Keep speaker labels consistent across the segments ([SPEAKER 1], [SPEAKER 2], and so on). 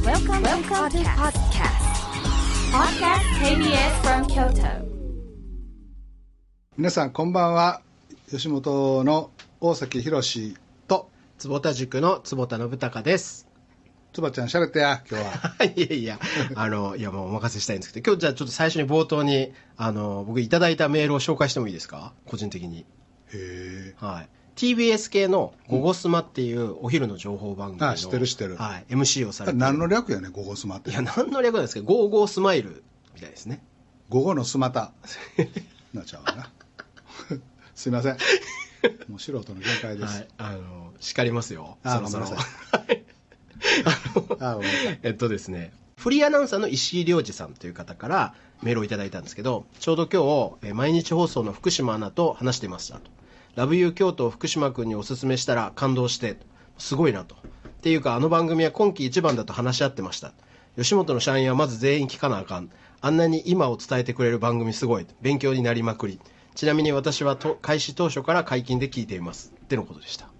[SPEAKER 1] Welcome, to podcast. Podcast KBS from Kyoto.
[SPEAKER 2] 皆さんこんばんは吉本の大崎宏と
[SPEAKER 3] 坪田塾の坪田信孝です。
[SPEAKER 2] つばちゃんしゃれてや今日 は
[SPEAKER 3] いやいや、あの、いやもうお任せしたいんですけど、今日じゃあちょっと最初に冒頭に、あの、僕いただいたメールを紹介してもいいですか個人的に。
[SPEAKER 2] へえ
[SPEAKER 3] はい。TBS 系の「ゴゴスマ」っていうお昼の情報番組の、
[SPEAKER 2] あ知ってる知ってる
[SPEAKER 3] はい、MC をされてる
[SPEAKER 2] 何の略やねゴゴスマって
[SPEAKER 3] いや何の略なんですけど「ゴーゴースマイル」みたいですね
[SPEAKER 2] 午後のスマ タなっちゃうわな すいませんもう素人の限界で
[SPEAKER 3] は
[SPEAKER 2] す、
[SPEAKER 3] いあの叱りますよ
[SPEAKER 2] あ
[SPEAKER 3] そろ
[SPEAKER 2] ご
[SPEAKER 3] そろ
[SPEAKER 2] めんなさ
[SPEAKER 3] はいあの
[SPEAKER 2] あごめんなさい
[SPEAKER 3] えっとですね、フリーアナウンサーの石井亮次さんという方からメールをいただいたんですけど、ちょうど今日、えー毎日放送の福島アナと話していましたと。ラブユー京都を福島君にお勧めしたら感動して、すごいなと。っていうか、あの番組は今季一番だと話し合ってました。吉本の社員はまず全員聞かなあかん。あんなに今を伝えてくれる番組すごい。勉強になりまくり。ちなみに私はと開始当初から解禁で聞いています。ってのことでした。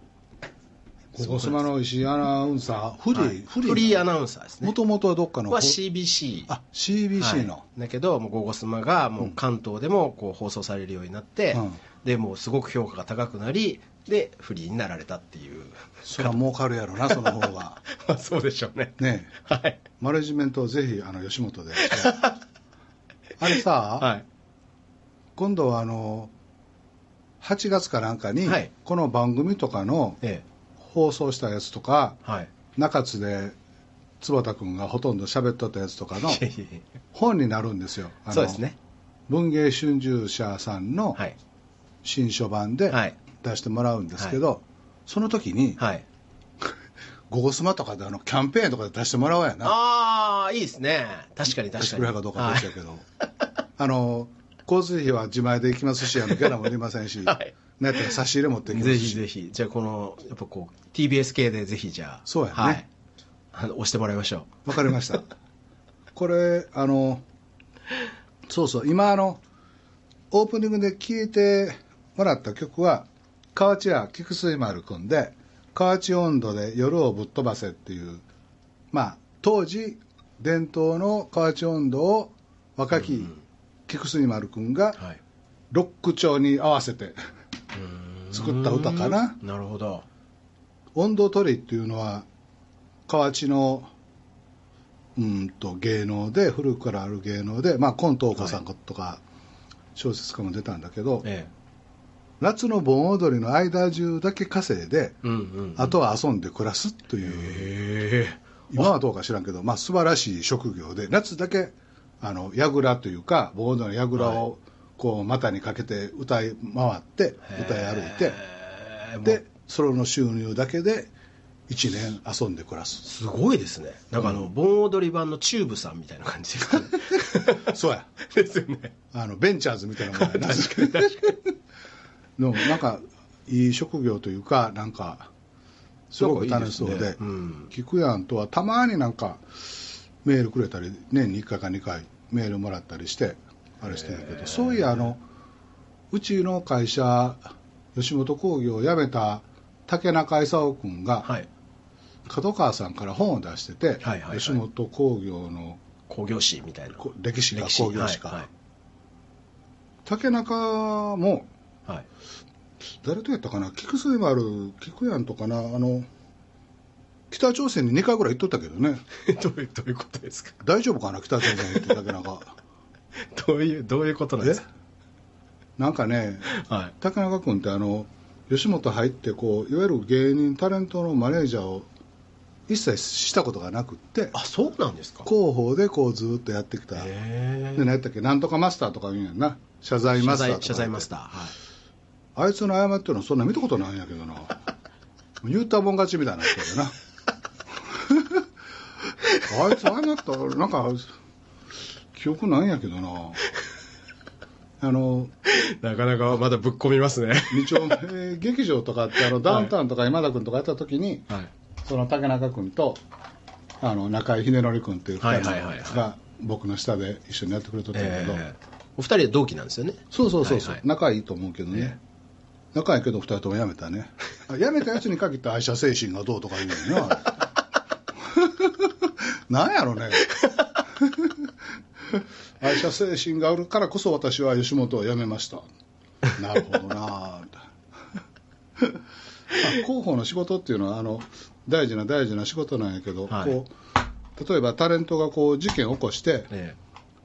[SPEAKER 2] ゴゴスマの石井アナウンサーフリー、
[SPEAKER 3] はい
[SPEAKER 2] フリー
[SPEAKER 3] フリーアナウンサーですね
[SPEAKER 2] も。ともとはどっかの
[SPEAKER 3] は CBC。
[SPEAKER 2] あ CBC の、
[SPEAKER 3] はいだけどもう「ゴゴスマ」がもう関東でもこう放送されるようになって、
[SPEAKER 2] うん
[SPEAKER 3] でもうすごく評価が高くなりでフリーになられたっていう
[SPEAKER 2] そりゃ儲かるやろなその方が
[SPEAKER 3] まあそうでしょ うね
[SPEAKER 2] ねえ
[SPEAKER 3] はい
[SPEAKER 2] マネジメントをぜひあの吉本であれさ、
[SPEAKER 3] はい
[SPEAKER 2] 今度はあの8月かなんかに、
[SPEAKER 3] はい
[SPEAKER 2] この番組とかの
[SPEAKER 3] ええ
[SPEAKER 2] 放送したやつとか
[SPEAKER 3] はい
[SPEAKER 2] 中津で坪田君がほとんど喋っとったやつとかの
[SPEAKER 3] いやいやい
[SPEAKER 2] 本になるんですよあ
[SPEAKER 3] や
[SPEAKER 2] の
[SPEAKER 3] そうですね
[SPEAKER 2] 文芸春秋社さんの
[SPEAKER 3] はい
[SPEAKER 2] 新書版で
[SPEAKER 3] はい
[SPEAKER 2] 出してもらうんですけど、その時に
[SPEAKER 3] はい
[SPEAKER 2] 「ゴゴスマ」とかであのキャンペーンとかで出してもらおうやな
[SPEAKER 3] ああいいですね確かに
[SPEAKER 2] 出して
[SPEAKER 3] 確
[SPEAKER 2] く
[SPEAKER 3] かに
[SPEAKER 2] れるかどうかどうしたけど、あの交通費は自前で行きますしあのギャラもいりませんし、
[SPEAKER 3] はい
[SPEAKER 2] なんやったら差し入れ持っていきま
[SPEAKER 3] ぜ
[SPEAKER 2] す
[SPEAKER 3] ひ
[SPEAKER 2] し
[SPEAKER 3] ぜひじゃあこのやっぱこう TBS 系でぜひじゃあ
[SPEAKER 2] そうやね
[SPEAKER 3] はい、あの押してもらいましょ
[SPEAKER 2] わかりました。これ、あの、そうそう、今、あの、オープニングで聴いてもらった曲は、河内屋菊水丸くんで、河内温度で夜をぶっ飛ばせっていう、まあ、当時、伝統の河内温度を若き菊水丸くんが
[SPEAKER 3] う、はい、
[SPEAKER 2] ロック調に合わせて作った歌かな。
[SPEAKER 3] なるほど
[SPEAKER 2] 温度取りっていうのは河内のうんと芸能で古くからある芸能で、まあ、今東子さんとか小説家も出たんだけど、
[SPEAKER 3] え
[SPEAKER 2] 夏の盆踊りの間中だけ稼いで、
[SPEAKER 3] えうんうん
[SPEAKER 2] あとは遊んで暮らすという、
[SPEAKER 3] へえ
[SPEAKER 2] 今はどうか知らんけど、まあ、素晴らしい職業で夏だけあの櫓というか盆踊りの櫓をこう股にかけて歌い回って歌い歩いて
[SPEAKER 3] へーも
[SPEAKER 2] で
[SPEAKER 3] う
[SPEAKER 2] その収入だけで1年遊んで暮らす。
[SPEAKER 3] すごいですねなんかあの、盆踊り版のチューブさんみたいな 感じですね
[SPEAKER 2] そうや
[SPEAKER 3] ですよね
[SPEAKER 2] あのベンチャーズみたいなもんや なでもなんかいい職業というかなんかすごく楽しそうで
[SPEAKER 3] なんかいいですねうん
[SPEAKER 2] 聞くやんとはたまになんかメールくれたり年に1回か2回メールもらったりしてあれしてるけどそういやあのうちの会社吉本興業を辞めた竹中勲君が、
[SPEAKER 3] はい
[SPEAKER 2] 角川さんから本を出してて、
[SPEAKER 3] はいはいはい
[SPEAKER 2] 吉本興業の
[SPEAKER 3] 工業誌みたいな
[SPEAKER 2] こ歴史が
[SPEAKER 3] 歴史
[SPEAKER 2] 興業史か、
[SPEAKER 3] はい
[SPEAKER 2] 竹中も
[SPEAKER 3] はいはい
[SPEAKER 2] 誰とやったかな菊水丸菊やんとかなあの北朝鮮に2回ぐらい行っとったけどね
[SPEAKER 3] どういうどういうことですか
[SPEAKER 2] 大丈夫かな北朝鮮行って竹中
[SPEAKER 3] どういうどういうことなんです
[SPEAKER 2] なんかね
[SPEAKER 3] かはい
[SPEAKER 2] 竹中君ってあの吉本入ってこういわゆる芸人タレントのマネージャーを一切したことがなくって
[SPEAKER 3] あそうなんですか
[SPEAKER 2] 広報でこうずーっとやってきた、
[SPEAKER 3] へ
[SPEAKER 2] で
[SPEAKER 3] え
[SPEAKER 2] 何やったっけなんとかマスターとか言うんやんな謝罪マ
[SPEAKER 3] 謝
[SPEAKER 2] スターと
[SPEAKER 3] 罪
[SPEAKER 2] か
[SPEAKER 3] 謝罪マスターはい
[SPEAKER 2] あいつの謝ってるのそんな見たことないんやけどな言うたもん勝ちみたいになってるなあいつ謝ったなんか記憶ないんやけどなあの
[SPEAKER 3] なかなかまだぶっ込みますね
[SPEAKER 2] 二丁目劇場とかってあのダウンタウンとか今田君とかやった時に、
[SPEAKER 3] はい
[SPEAKER 2] その竹中君とあの中井秀則君っていう
[SPEAKER 3] は
[SPEAKER 2] 2
[SPEAKER 3] いはいはいは
[SPEAKER 2] 人
[SPEAKER 3] い
[SPEAKER 2] が僕の下で一緒にやってくれとったんやけど、
[SPEAKER 3] ええお二人は同期なんですよね
[SPEAKER 2] そうそうそうそう、
[SPEAKER 3] はいはい
[SPEAKER 2] 仲いいと思うけどね、仲いいけど2人とも辞めた ねあ辞めたやつに限って愛車精神がどうとか言うのよな なんやろね 愛社精神があるからこそ私は吉本を辞めましたなるほどな あまあ広報の仕事っていうのはあの大事な大事な仕事なんやけど、
[SPEAKER 3] はい
[SPEAKER 2] こう例えばタレントがこう事件を起こして、
[SPEAKER 3] え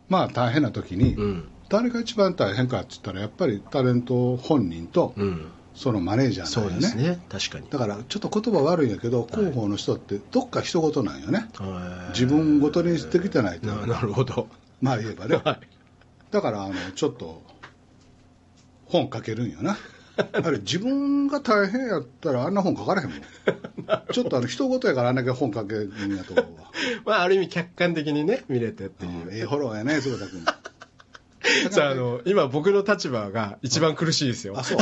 [SPEAKER 2] まあ大変な時に、
[SPEAKER 3] えうん
[SPEAKER 2] 誰が一番大変かって言ったらやっぱりタレント本人と
[SPEAKER 3] うん
[SPEAKER 2] そのマネージャー
[SPEAKER 3] そ
[SPEAKER 2] な
[SPEAKER 3] うんで
[SPEAKER 2] よ
[SPEAKER 3] す
[SPEAKER 2] ね
[SPEAKER 3] ね確かに
[SPEAKER 2] だからちょっと言葉悪いんやけど広報の人ってどっか人事なんよね、
[SPEAKER 3] はい
[SPEAKER 2] 自分ごとにできてないと、
[SPEAKER 3] ななるほど
[SPEAKER 2] まあ言えばね
[SPEAKER 3] はい
[SPEAKER 2] だからあのちょっと本書けるんよ なあれ自分が大変やったらあんな本書かれへんも んちょっとあの人事やからあんだけ本書けるんやと思う わ
[SPEAKER 3] まあある意味客観的にね見れてっていう
[SPEAKER 2] うんええフォローやね坪田君
[SPEAKER 3] じゃああの今僕の立場が一番苦しいですよ、
[SPEAKER 2] あそう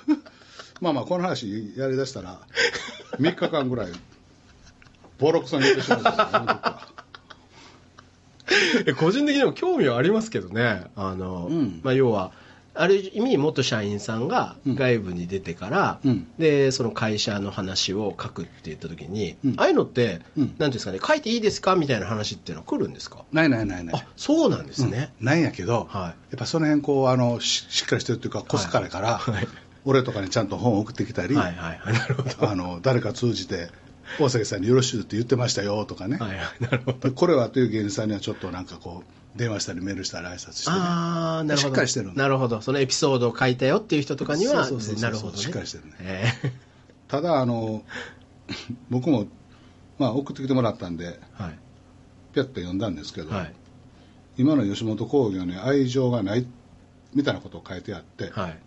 [SPEAKER 2] まあまあこの話やりだしたら3日間ぐらいボロクソに言ってしまうからあの時は
[SPEAKER 3] え個人的にも興味はありますけどねあの、
[SPEAKER 2] うん
[SPEAKER 3] まあ、要はある意味元社員さんが
[SPEAKER 2] うん
[SPEAKER 3] 外部に出てから、
[SPEAKER 2] うん
[SPEAKER 3] でその会社の話を書くって言った時に、
[SPEAKER 2] うん
[SPEAKER 3] ああいうのって、
[SPEAKER 2] うん
[SPEAKER 3] なんていうんですかね書いていいですかみたいな話っていうのは来るんですか
[SPEAKER 2] ないないないない
[SPEAKER 3] あそうなんですね、
[SPEAKER 2] ないんやけど、
[SPEAKER 3] はい
[SPEAKER 2] やっぱその辺こうあのししっかりしてるっていうかコスからから、
[SPEAKER 3] はい
[SPEAKER 2] 俺とかにちゃんと本を送ってきたり、
[SPEAKER 3] はいはいはいなるほど
[SPEAKER 2] あの誰か通じて大崎さんに「よろしゅう」って言ってましたよとかね、
[SPEAKER 3] はいはいなるほど
[SPEAKER 2] でこれはという芸人さんにはちょっとなんかこう電話したりメールしたり挨拶して、ね、
[SPEAKER 3] ああなるほど
[SPEAKER 2] しっかりしてるの
[SPEAKER 3] なるほどそのエピソードを書いたよっていう人とかには
[SPEAKER 2] そうそうそうそう
[SPEAKER 3] なるほど、ね、
[SPEAKER 2] しっかりしてるね
[SPEAKER 3] え
[SPEAKER 2] ただあの僕も、まあ、送ってきてもらったんで
[SPEAKER 3] ーはい
[SPEAKER 2] ぴゃっと読んだんですけど、
[SPEAKER 3] はい
[SPEAKER 2] 今の吉本興業に愛情がないみたいなことを書いてあって、
[SPEAKER 3] はい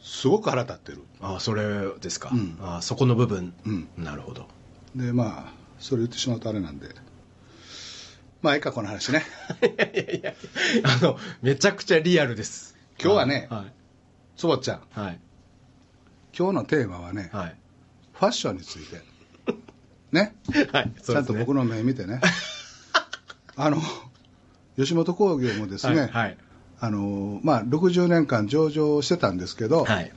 [SPEAKER 2] すごく腹立ってる
[SPEAKER 3] あそれですか、
[SPEAKER 2] うん
[SPEAKER 3] あそこの部分、
[SPEAKER 2] うん
[SPEAKER 3] なるほど
[SPEAKER 2] でまあそれ言ってしまうとあれなんでまあいいかこの話ね
[SPEAKER 3] あのめちゃくちゃリアルです
[SPEAKER 2] 今日はね
[SPEAKER 3] はい
[SPEAKER 2] 坪ちゃん
[SPEAKER 3] はい
[SPEAKER 2] 今日のテーマはね、
[SPEAKER 3] はい
[SPEAKER 2] ファッションについてね
[SPEAKER 3] はい
[SPEAKER 2] ちゃんと僕の目見て ねあの吉本興業もで
[SPEAKER 3] です
[SPEAKER 2] ね、
[SPEAKER 3] はいはい
[SPEAKER 2] あのまあ、60年間上場してたんですけど、
[SPEAKER 3] はい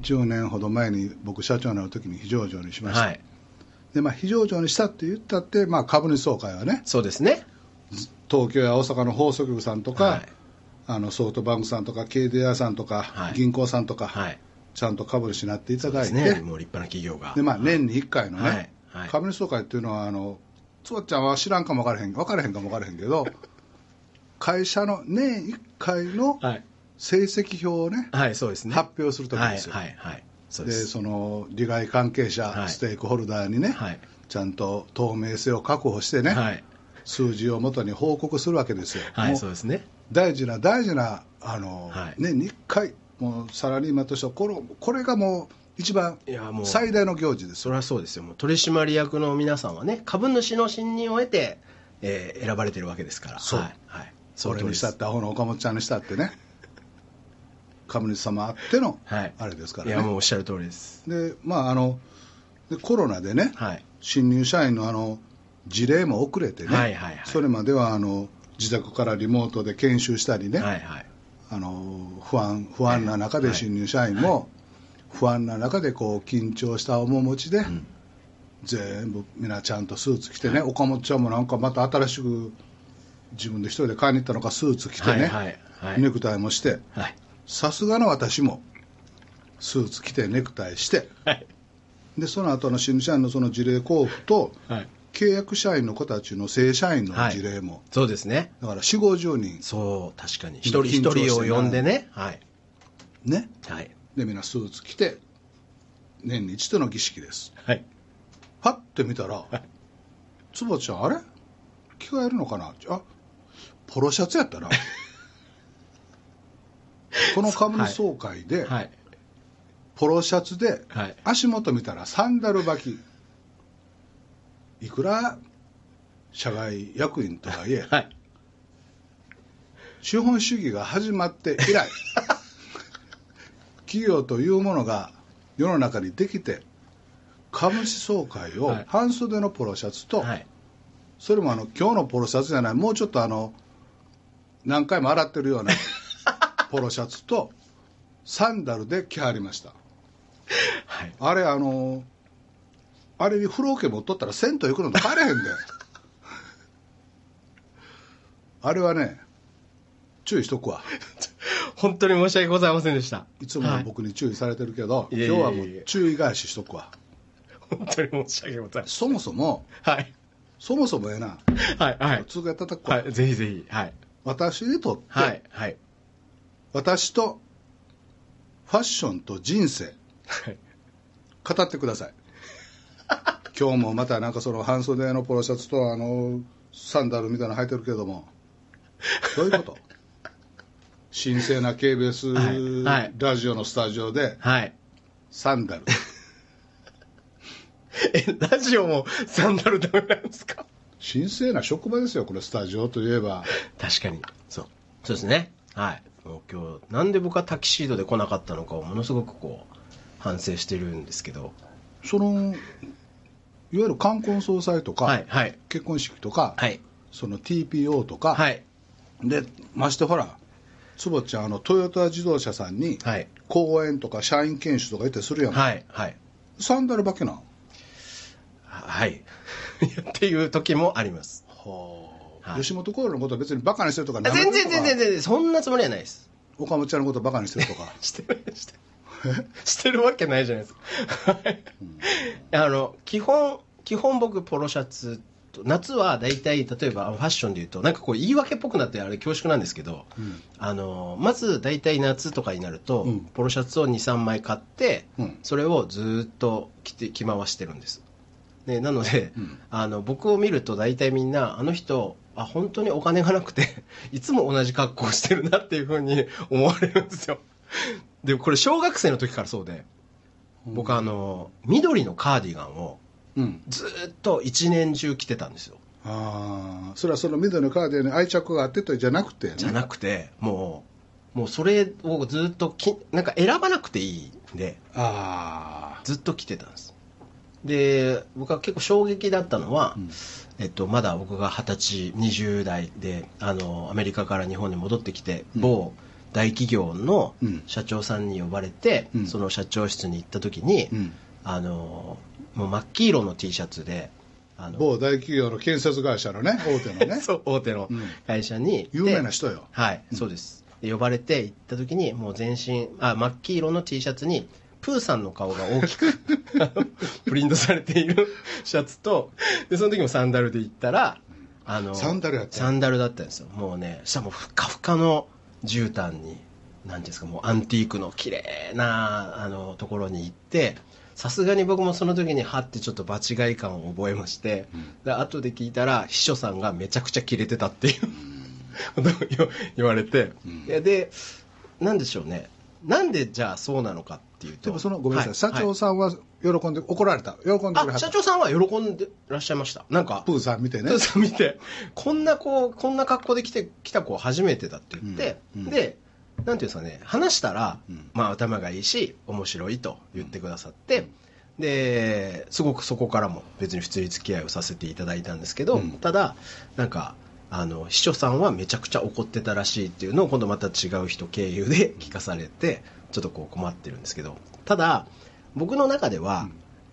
[SPEAKER 2] 10年ほど前に僕社長になる時に非上場にしました、
[SPEAKER 3] はい
[SPEAKER 2] でまあ、非上場にしたって言ったって、まあ、株主総会はね
[SPEAKER 3] そうですね
[SPEAKER 2] 東京や大阪の放送局さんとか、
[SPEAKER 3] はい
[SPEAKER 2] あのソフトバンクさんとか KDI さんとか、
[SPEAKER 3] はい
[SPEAKER 2] 銀行さんとか、
[SPEAKER 3] はい
[SPEAKER 2] ちゃんと株主になっていただ
[SPEAKER 3] で
[SPEAKER 2] い
[SPEAKER 3] す
[SPEAKER 2] て
[SPEAKER 3] ね
[SPEAKER 2] で、
[SPEAKER 3] もう立派な企業が
[SPEAKER 2] まあ、年に1回のね、
[SPEAKER 3] はいはい
[SPEAKER 2] 株主総会っていうのはあのつわちゃんは知らんかも分からへん分からへんかも分からへんけ ど会社の年1回の
[SPEAKER 3] はい
[SPEAKER 2] 成績表をね、
[SPEAKER 3] はいそうですね
[SPEAKER 2] 発表するときですよ、
[SPEAKER 3] はいはいはいそう
[SPEAKER 2] で
[SPEAKER 3] です
[SPEAKER 2] その利害関係者、
[SPEAKER 3] はい
[SPEAKER 2] ステークホルダーにね、
[SPEAKER 3] はい
[SPEAKER 2] ちゃんと透明性を確保してね、
[SPEAKER 3] はい
[SPEAKER 2] 数字をもとに報告するわけですよ、
[SPEAKER 3] は
[SPEAKER 2] も
[SPEAKER 3] いうそうですね
[SPEAKER 2] 大事な大事な、あの
[SPEAKER 3] はい
[SPEAKER 2] ね、日回、もうサラリーマンとしてはこれ、これがもう一番
[SPEAKER 3] いやもう
[SPEAKER 2] 最大の行事です
[SPEAKER 3] そ
[SPEAKER 2] よ、
[SPEAKER 3] れはそうですよもう取締役の皆さんはね株主の信任を得て、えー選ばれてるわけですから
[SPEAKER 2] そう
[SPEAKER 3] はい、はい、
[SPEAKER 2] そ
[SPEAKER 3] の
[SPEAKER 2] れ
[SPEAKER 3] 通り
[SPEAKER 2] に
[SPEAKER 3] で
[SPEAKER 2] し
[SPEAKER 3] す
[SPEAKER 2] たって、アホの岡本ちゃんにしたって ね、株主様あっての
[SPEAKER 3] はい
[SPEAKER 2] あれですか
[SPEAKER 3] い
[SPEAKER 2] ら
[SPEAKER 3] や
[SPEAKER 2] ね、
[SPEAKER 3] もうおっしゃる通りです
[SPEAKER 2] でまあ、あのでコロナでね、
[SPEAKER 3] はい
[SPEAKER 2] 新入社員のあの事例も遅れてね、
[SPEAKER 3] はいはいはい
[SPEAKER 2] それまではあの自宅からリモートで研修したりね、
[SPEAKER 3] はいはい
[SPEAKER 2] あの不安不安な中で新入社員も不安な中でこう緊張した面持ちで、全部皆ちゃんとスーツ着てね、岡本ちゃんもなんかまた新しく自分で一人で買いに行ったのかスーツ着てね、
[SPEAKER 3] はいはいはい
[SPEAKER 2] ネクタイもして
[SPEAKER 3] はい
[SPEAKER 2] さすがの私もスーツ着てネクタイして
[SPEAKER 3] はい
[SPEAKER 2] でその後の新入社員のその事例交付と
[SPEAKER 3] はい
[SPEAKER 2] 契約社員の子たちの正社員の事例も、
[SPEAKER 3] そうですね
[SPEAKER 2] だから4 5 0人
[SPEAKER 3] そう確かに一
[SPEAKER 2] 緊
[SPEAKER 3] 人
[SPEAKER 2] 張
[SPEAKER 3] 一人
[SPEAKER 2] してな
[SPEAKER 3] を呼んでねはい
[SPEAKER 2] ね
[SPEAKER 3] はい
[SPEAKER 2] でみんなスーツ着て年に一度の儀式です
[SPEAKER 3] はい
[SPEAKER 2] パッて見たら「つばちゃんあれ着替えるのかなあポロシャツやった な」この株主総会で、
[SPEAKER 3] はい
[SPEAKER 2] ポロシャツで、
[SPEAKER 3] はい
[SPEAKER 2] 足元見たらサンダル履きいくら社外役員とはいえ
[SPEAKER 3] はい
[SPEAKER 2] 資本主義が始まって以来企業というものが世の中にできて株主総会を
[SPEAKER 3] はい
[SPEAKER 2] 半袖のポロシャツと、
[SPEAKER 3] はい
[SPEAKER 2] それもあの今日のポロシャツじゃないもうちょっとあの何回も洗ってるよう なポロシャツとサンダルで着はりました
[SPEAKER 3] はい
[SPEAKER 2] あれあのあれに風呂桶持っとったら銭湯行くのと帰れへんで あれはね注意しとくわ
[SPEAKER 3] 本当に申し訳ございませんでした。
[SPEAKER 2] いつも
[SPEAKER 3] はい
[SPEAKER 2] 僕に注意されてるけど、
[SPEAKER 3] いやいや
[SPEAKER 2] 今日
[SPEAKER 3] いや
[SPEAKER 2] はもう注意返ししとくわ
[SPEAKER 3] 本当に申し訳ございません。
[SPEAKER 2] そもそも
[SPEAKER 3] はい。
[SPEAKER 2] そもそもええな
[SPEAKER 3] はい、はい。
[SPEAKER 2] 通過叩くわ、
[SPEAKER 3] はい、ぜひぜひ。はい。
[SPEAKER 2] 私にとって、
[SPEAKER 3] はい、はい。
[SPEAKER 2] 私とファッションと人生
[SPEAKER 3] はい
[SPEAKER 2] 語ってください 今日もまたなんかその半袖のポロシャツとあのサンダルみたいなの履いてるけどもどういうこと 神聖な KBS、
[SPEAKER 3] はいはい
[SPEAKER 2] ラジオのスタジオで
[SPEAKER 3] はい。
[SPEAKER 2] サンダル
[SPEAKER 3] え、ラジオもサンダルダメなんですか
[SPEAKER 2] 神聖な職場ですよこれスタジオといえば
[SPEAKER 3] 確かに。そう。そうですね。はい。もう今日、なんで僕はタキシードで来なかったのかをものすごくこう、反省してるんですけど。
[SPEAKER 2] そのいわゆる冠婚葬祭とか、
[SPEAKER 3] はい、はい。
[SPEAKER 2] 結婚式とか、
[SPEAKER 3] はい。
[SPEAKER 2] その TPO とか、
[SPEAKER 3] はい。
[SPEAKER 2] でましてほら坪ちゃんあのトヨタ自動車さんに
[SPEAKER 3] はい。
[SPEAKER 2] 講演とか社員研修とか行ってするやん、
[SPEAKER 3] はい。はい。
[SPEAKER 2] サンダルばけなん
[SPEAKER 3] はい。っていう時もあります。はい
[SPEAKER 2] 吉本興業のことは別にバカにしてるとか
[SPEAKER 3] 全然全然
[SPEAKER 2] 然
[SPEAKER 3] 全然、そんなつもりはないです。
[SPEAKER 2] 岡本ちゃんのことバカにしてると か
[SPEAKER 3] してる、してる。してるわけないじゃないですか。はいあの、基本、基本僕、ポロシャツと、夏は大体、例えばファッションで言うと、なんかこう、言い訳っぽくなって、あれ恐縮なんですけど、
[SPEAKER 2] ん
[SPEAKER 3] あの、まず大体夏とかになると、
[SPEAKER 2] うん
[SPEAKER 3] ポロシャツを2、3枚買って、
[SPEAKER 2] うん
[SPEAKER 3] それをずーっと着て、着回してるんです。ね、なので、
[SPEAKER 2] ん
[SPEAKER 3] あの僕を見ると大体みんなあの人あ本当にお金がなくて いつも同じ格好してるなっていうふうに思われるんですよでこれ小学生の時からそうで僕あの緑のカーディガンを
[SPEAKER 2] うん
[SPEAKER 3] ずーっと一年中着てたんですよ
[SPEAKER 2] ああそれはその緑のカーディガンに愛着があってとじゃなくてね
[SPEAKER 3] じゃなくてもうもうそれをずーっときなんか選ばなくていいんで
[SPEAKER 2] あ
[SPEAKER 3] ずっと着てたんですで僕は結構衝撃だったのは、
[SPEAKER 2] ん
[SPEAKER 3] えっと、まだ僕が二十歳20代であのアメリカから日本に戻ってきて、某大企業の
[SPEAKER 2] うん
[SPEAKER 3] 社長さんに呼ばれて、
[SPEAKER 2] うん
[SPEAKER 3] その社長室に行った時
[SPEAKER 2] あ
[SPEAKER 3] に、
[SPEAKER 2] うん
[SPEAKER 3] あのもう真っ黄色の T シャツであの
[SPEAKER 2] 某大企業の建設会社のね大手のね
[SPEAKER 3] そう大手の
[SPEAKER 2] うん
[SPEAKER 3] 会社に、
[SPEAKER 2] 有名な人よ
[SPEAKER 3] はい、そうです。で呼ばれて行った時に、もう全身、あ、真っ黄色の T シャツに、プーさんの顔が大 きくあのプリントされているシャツと、で、その時もサンダルで行ったら、あの、
[SPEAKER 2] サンダルやった
[SPEAKER 3] サンダルだったんですよ。もうね、そしたらもうふかふかの絨毯に、なんていうんですか、もうアンティークの綺麗な、あの、ところに行って、さすがに僕もその時にはってちょっと場違い感を覚えまして、で後で聞いたら秘書さんがめちゃくちゃキレてたっていうことを言わ言われて、いやでなんでしょうねなんでじゃあそうなのかっていうと
[SPEAKER 2] でもそのごめんなさい、
[SPEAKER 3] は
[SPEAKER 2] 社長さんは喜んで怒られた喜んでくれはっ
[SPEAKER 3] はいあ
[SPEAKER 2] た
[SPEAKER 3] 社長さんは喜んでらっしゃいましたなんか
[SPEAKER 2] プーさん見てね
[SPEAKER 3] そうそう見てこんな子こんな格好で来て来た子初めてだって言って、
[SPEAKER 2] うんうん
[SPEAKER 3] でなんていうんですかね話したら、
[SPEAKER 2] うん
[SPEAKER 3] まあ頭がいいし面白いと言ってくださって、ですごくそこからも別に普通に付き合いをさせていただいたんですけど、
[SPEAKER 2] うん
[SPEAKER 3] ただなんかあの秘書さんはめちゃくちゃ怒ってたらしいっていうのを今度また違う人経由で聞かされてちょっとこう困ってるんですけどただ僕の中では、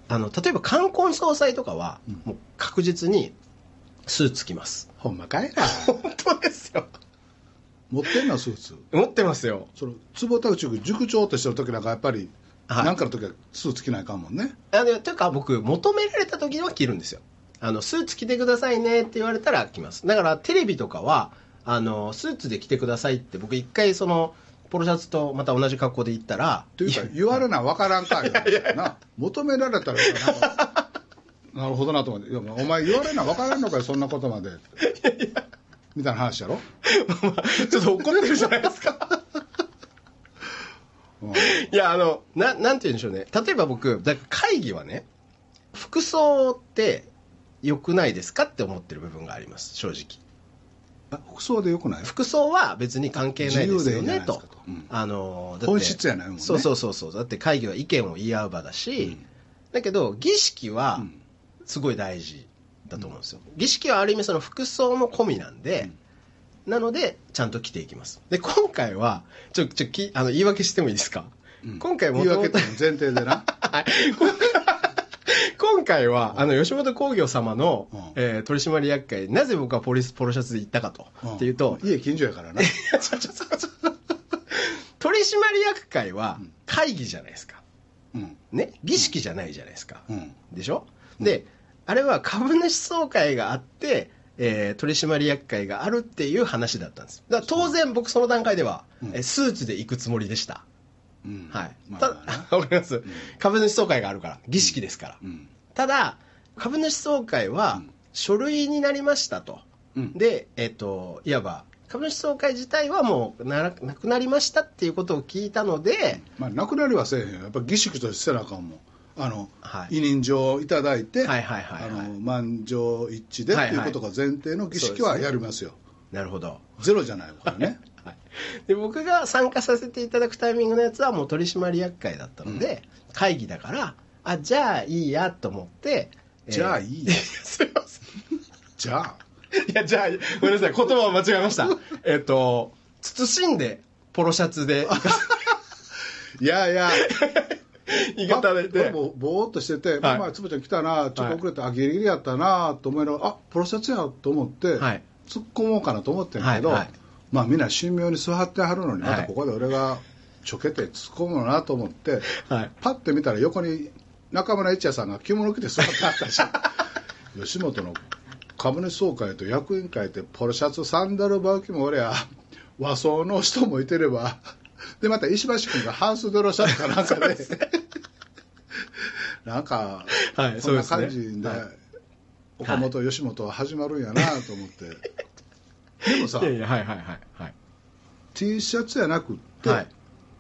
[SPEAKER 3] あの例えば冠婚葬祭とかは、
[SPEAKER 2] うん
[SPEAKER 3] もう確実にスーツ着ます
[SPEAKER 2] ほんまかいな
[SPEAKER 3] 本当ですよ
[SPEAKER 2] 持ってんのスーツ
[SPEAKER 3] 持ってますよ
[SPEAKER 2] その坪田宇宙塾長としてる時なんかやっぱり
[SPEAKER 3] はい
[SPEAKER 2] なんかの時はスーツ着ないかんもんね
[SPEAKER 3] あのというか僕求められた時には着るんですよあのスーツ着てくださいねって言われたら着ますだからテレビとかはあのスーツで着てくださいって僕一回そのポロシャツとまた同じ格好で行ったら
[SPEAKER 2] というか言われな分からんかいな求められたらなんかなるほどなと思っていやお前言われな分からんのかよそんなことまでみたいな話やろ、
[SPEAKER 3] まあちょっと怒ってるじゃないですか。
[SPEAKER 2] うん
[SPEAKER 3] いや、あの、な、なんて言うんでしょうね。例えば僕、だから会議はね、服装って良くないですかって思ってる部分があります、正直。
[SPEAKER 2] あ服装でよくない
[SPEAKER 3] 服装は別に関係ないですよ
[SPEAKER 2] 自由でいいじゃない
[SPEAKER 3] ね、
[SPEAKER 2] です
[SPEAKER 3] と
[SPEAKER 2] かとうん。
[SPEAKER 3] あの、だって
[SPEAKER 2] 本質やないもんね
[SPEAKER 3] そうそうそうそう。だって会議は意見を言い合う場だし、だけど、儀式は
[SPEAKER 2] ん
[SPEAKER 3] すごい大事だと思うんですよ。儀式はある意味その服装も込みなんで、なので、ちゃんと着ていきます。で、今回は、ちょ、ちょ、き、あの、言い訳してもいいですか、
[SPEAKER 2] うん
[SPEAKER 3] 今回も
[SPEAKER 2] 言い訳っていうの前提でな
[SPEAKER 3] はい今回今今回は、あの、吉本興業様の
[SPEAKER 2] うん、
[SPEAKER 3] えー取締役会、なぜ僕はポリス、ポロシャツで行ったかと、
[SPEAKER 2] うん
[SPEAKER 3] っていうと、いや
[SPEAKER 2] 家近所やからな
[SPEAKER 3] ちょちょちょちょ取締役会は会議じゃないですか。
[SPEAKER 2] うん
[SPEAKER 3] ね儀式じゃないじゃないですか。
[SPEAKER 2] うん
[SPEAKER 3] でしょで、あれは株主総会があって、えー取締役会があるっていう話だったんです。だから当然僕その段階では、
[SPEAKER 2] うん
[SPEAKER 3] えースーツで行くつもりでした。
[SPEAKER 2] うん
[SPEAKER 3] はい。
[SPEAKER 2] ま
[SPEAKER 3] た
[SPEAKER 2] あ
[SPEAKER 3] だ
[SPEAKER 2] まあな、
[SPEAKER 3] わかります。株主総会があるから、儀式ですから。
[SPEAKER 2] うん
[SPEAKER 3] ただ、株主総会は
[SPEAKER 2] うん
[SPEAKER 3] 書類になりましたと。
[SPEAKER 2] うん
[SPEAKER 3] で、えっ、と、いわば、株主総会自体はもうならなくなりましたっていうことを聞いたので、
[SPEAKER 2] まあなくなりはせえへんよやっぱ儀式としてせなあかんもんあの、
[SPEAKER 3] はい
[SPEAKER 2] 委任状をいただいて、
[SPEAKER 3] はいはいはいはい
[SPEAKER 2] あの満場一致で、
[SPEAKER 3] はいはい
[SPEAKER 2] ということが前提の儀式はやりますよ
[SPEAKER 3] なるほど。
[SPEAKER 2] ゼロじゃないから ね
[SPEAKER 3] はい、で僕が参加させていただくタイミングのやつはもう取締役会だったので、会議だからあじゃあいいやと思って
[SPEAKER 2] じゃあ
[SPEAKER 3] い
[SPEAKER 2] いい
[SPEAKER 3] や
[SPEAKER 2] よ
[SPEAKER 3] すいません
[SPEAKER 2] じゃあ
[SPEAKER 3] いやじゃあごめんなさい言葉を間違えました えっと慎んでポロシャツで行か
[SPEAKER 2] いやいや
[SPEAKER 3] 行かされ
[SPEAKER 2] あ
[SPEAKER 3] て
[SPEAKER 2] 俺もぼーっとしてて、まあまあつぶちゃん来たなちょっと遅れた、あギリギリやったなと思いながらあプロセスやと思って、
[SPEAKER 3] はい
[SPEAKER 2] 突っ込もうかなと思ってんけど、
[SPEAKER 3] はいはい
[SPEAKER 2] まあみんな神妙に座ってはるのに
[SPEAKER 3] はい
[SPEAKER 2] またここで俺がちょけて突っ込むのなと思って、
[SPEAKER 3] はい
[SPEAKER 2] パッて見たら横に中村一也さんが着物着て座ってはった し吉本の株主総会と役員会ってポロシャツサンダルバウキもおりゃ和装の人もいてればでまた石橋君が半袖のシャツかなんかでなんか、
[SPEAKER 3] はい
[SPEAKER 2] こんな感
[SPEAKER 3] そうです
[SPEAKER 2] じ
[SPEAKER 3] ね
[SPEAKER 2] で、
[SPEAKER 3] はい
[SPEAKER 2] 岡本、吉本は始まるんやなと思って、でもさ
[SPEAKER 3] いやいやはいはいはいはい
[SPEAKER 2] T シャツやなくって、
[SPEAKER 3] はい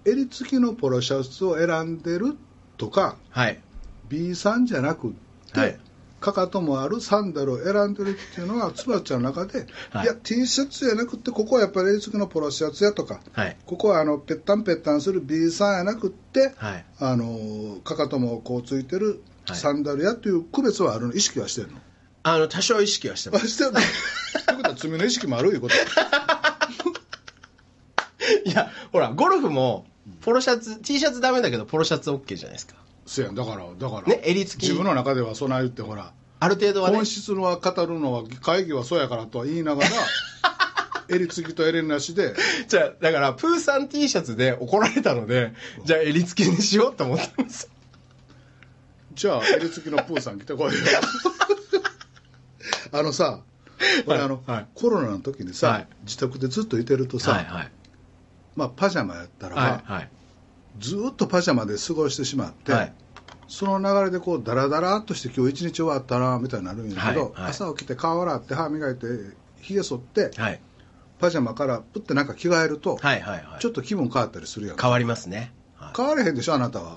[SPEAKER 2] 襟付きのポロシャツを選んでるとか
[SPEAKER 3] はい
[SPEAKER 2] B さんじゃなくって、
[SPEAKER 3] はい
[SPEAKER 2] かかともあるサンダルを選んでるっていうのがつばちゃんの中で、
[SPEAKER 3] はい
[SPEAKER 2] い、や T シャツやなくってここはやっぱり襟付きのポロシャツやとか
[SPEAKER 3] はい
[SPEAKER 2] ここはあのぺったんぺったんする B さんやなくって、
[SPEAKER 3] はい
[SPEAKER 2] あのかかともこうついてる
[SPEAKER 3] はい
[SPEAKER 2] サンダルやっていう区別はあるの意識は してるの、
[SPEAKER 3] あの多少意識はしてま
[SPEAKER 2] あ
[SPEAKER 3] す
[SPEAKER 2] してるのってことは罪の意識もあるいうこと
[SPEAKER 3] いやほらゴルフもポロシャツ T シャツダメだけどポロシャツ OK じゃないですか
[SPEAKER 2] せやんだからだから、
[SPEAKER 3] ね襟付き
[SPEAKER 2] 自分の中ではそない言ってほら
[SPEAKER 3] ある程度はね
[SPEAKER 2] 本質のは語るのは会議はそうやからとは言いながら襟付きと襟なしで
[SPEAKER 3] じゃあ、だから、プーさん T シャツで怒られたので、じゃあ、襟付きにしようと思ったんです。
[SPEAKER 2] じゃあ襟付きのプーさん来てこいよ あのさ俺
[SPEAKER 3] はい
[SPEAKER 2] あの、
[SPEAKER 3] はい
[SPEAKER 2] コロナの時にさ、
[SPEAKER 3] はい
[SPEAKER 2] 自宅でずっといてるとさ、
[SPEAKER 3] はい。
[SPEAKER 2] まあ、パジャマやったらば、
[SPEAKER 3] はい。
[SPEAKER 2] ずーっとパジャマで過ごしてしまって、
[SPEAKER 3] はい
[SPEAKER 2] その流れでこうダラダラっとして今日一日終わったなみたいになるんやけど、
[SPEAKER 3] はいはい
[SPEAKER 2] 朝起きて顔洗って歯磨いてひげ剃って
[SPEAKER 3] はい。
[SPEAKER 2] パジャマからプッてなんか着替えると、
[SPEAKER 3] はい。はい。はい
[SPEAKER 2] ちょっと気分変わったりするやん
[SPEAKER 3] 変わりますね。はい
[SPEAKER 2] 変われへんでしょあな たは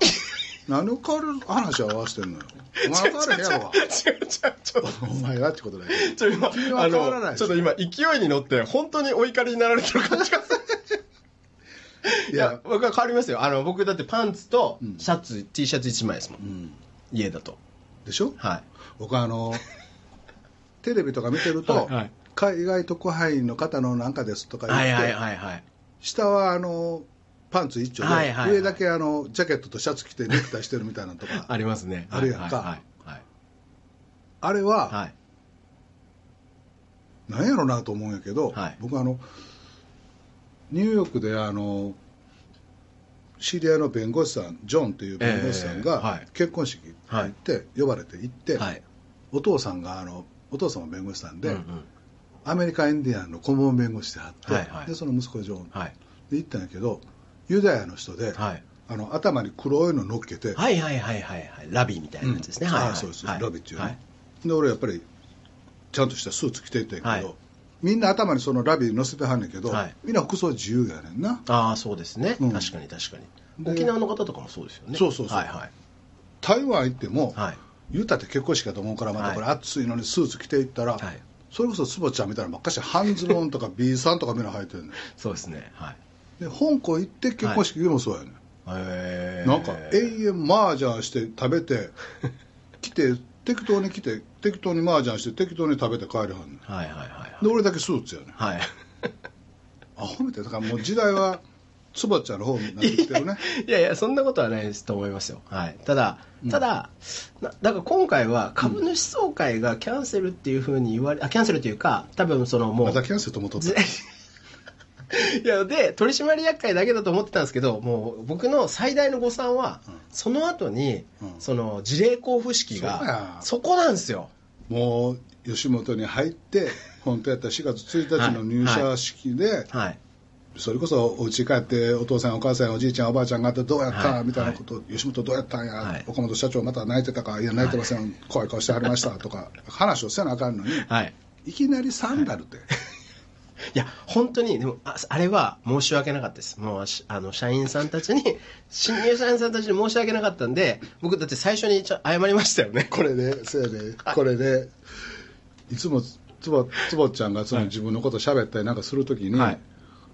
[SPEAKER 2] 何を変わる話を合わせてんのよお前は変われへんやろ
[SPEAKER 3] 違う違う、ちょっと。
[SPEAKER 2] お前がってことだけど
[SPEAKER 3] ちょ今
[SPEAKER 2] 君は
[SPEAKER 3] あ
[SPEAKER 2] 変わらない
[SPEAKER 3] の
[SPEAKER 2] でし
[SPEAKER 3] ちょ
[SPEAKER 2] ょ
[SPEAKER 3] っと今勢いに乗って本当にお怒りになられてる感じがするい
[SPEAKER 2] い
[SPEAKER 3] や
[SPEAKER 2] や
[SPEAKER 3] 僕は変わりますよあの僕だってパンツと
[SPEAKER 2] うん
[SPEAKER 3] シャツ、T シャツ1枚ですもん
[SPEAKER 2] うん
[SPEAKER 3] 家だと
[SPEAKER 2] でしょ
[SPEAKER 3] はい
[SPEAKER 2] 僕あ のテレビとか見てると、
[SPEAKER 3] はいはい
[SPEAKER 2] 海外特派員の方のなんかですとか言っ
[SPEAKER 3] は
[SPEAKER 2] て、
[SPEAKER 3] いはいはいはい
[SPEAKER 2] 下はあのパンツ一丁で、
[SPEAKER 3] はいはいはい
[SPEAKER 2] 上だけあのジャケットとシャツ着てネクタイしてるみたいなのとか
[SPEAKER 3] ありますね
[SPEAKER 2] あるやんか
[SPEAKER 3] はいはい
[SPEAKER 2] あれは、
[SPEAKER 3] はいはい
[SPEAKER 2] なんやろなと思うんやけど、
[SPEAKER 3] はい
[SPEAKER 2] 僕あのニューヨークであの知り合いの弁護士さんジョンという弁護士さん
[SPEAKER 3] ええは
[SPEAKER 2] が
[SPEAKER 3] い
[SPEAKER 2] 結婚式行って、呼ばれて行って、
[SPEAKER 3] はい
[SPEAKER 2] お父さんがあのお父さんも弁護士さんで、
[SPEAKER 3] うんうん
[SPEAKER 2] アメリカインディアンの顧問弁護士であって、
[SPEAKER 3] はいはい
[SPEAKER 2] でその息子ジョン
[SPEAKER 3] はい
[SPEAKER 2] で行ったんやけどユダヤの人で、
[SPEAKER 3] はい
[SPEAKER 2] あの頭に黒いの乗っけて、
[SPEAKER 3] はいはいはいはいはいラビーみたいなやつですね、
[SPEAKER 2] うん
[SPEAKER 3] はいはい
[SPEAKER 2] あそうです
[SPEAKER 3] はい
[SPEAKER 2] ラビーっていうね
[SPEAKER 3] はい
[SPEAKER 2] で俺やっぱりちゃんとしたスーツ着ていってんけど、
[SPEAKER 3] はい
[SPEAKER 2] みんな頭にそのラビー乗せてはんねんけど、
[SPEAKER 3] はい
[SPEAKER 2] みんな服装自由やねんな
[SPEAKER 3] ああそうですね、
[SPEAKER 2] うん
[SPEAKER 3] 確かに確かに
[SPEAKER 2] で
[SPEAKER 3] 沖縄の方とかもそうですよね
[SPEAKER 2] そうそうそう
[SPEAKER 3] はいはい
[SPEAKER 2] 台湾行っても、
[SPEAKER 3] はい
[SPEAKER 2] 言うたって結婚式かと思うからま
[SPEAKER 3] は
[SPEAKER 2] た
[SPEAKER 3] い
[SPEAKER 2] これ暑いのにスーツ着ていったら、
[SPEAKER 3] はい
[SPEAKER 2] それこそ坪ちゃんみたいなばっかし半ズボンとか B さんとかみんな履いてるねん
[SPEAKER 3] そうですねはい
[SPEAKER 2] で香港行って結婚式でもそうやねん、
[SPEAKER 3] へー
[SPEAKER 2] なんか永遠麻雀して食べ て来て適当に来て適当に麻雀して適当に食べて帰りはんねん
[SPEAKER 3] はいはいはい
[SPEAKER 2] で俺だけスーツやねん
[SPEAKER 3] はい
[SPEAKER 2] アホみたいだからもう時代はつぼちゃんの方になってきてる ね。
[SPEAKER 3] いやいや、そんなことはないですと思いますよ。はい。ただ、ただ、なだから今回は株主総会がキャンセルっていうふうに言われ、あ、キャンセルっていうか、多分そのもう、
[SPEAKER 2] またキャンセルとも取っ
[SPEAKER 3] ぜいやで取締役会だけだと思ってたんですけどもう僕の最大の誤算は、
[SPEAKER 2] うん
[SPEAKER 3] その後に、
[SPEAKER 2] うん
[SPEAKER 3] その事例交付式
[SPEAKER 2] そうや
[SPEAKER 3] がそこなんですよ
[SPEAKER 2] た。もう、吉本に入って、本当やったら4月1日の入社式で、
[SPEAKER 3] はい
[SPEAKER 2] それこそお家帰ってお父さんお母さんおじいちゃんおばあちゃんがあってどうやった、
[SPEAKER 3] はい
[SPEAKER 2] みたいなこと、吉本どうやったんや、
[SPEAKER 3] はい
[SPEAKER 2] 岡本社長また泣いてたかいや泣いてません、怖い顔してはりましたとか話をせなあかんのに
[SPEAKER 3] はい
[SPEAKER 2] いきなりサンダルって、
[SPEAKER 3] いや本当にでもああれは申し訳なかったですもうしあの社員さん たちに新入社員さんたちに申し訳なかったんで僕だって最初にちょ謝りましたよね
[SPEAKER 2] これでせやでこれでいつもつぼつぼちゃんがその自分のこと喋ったりなんかするときに、
[SPEAKER 3] はい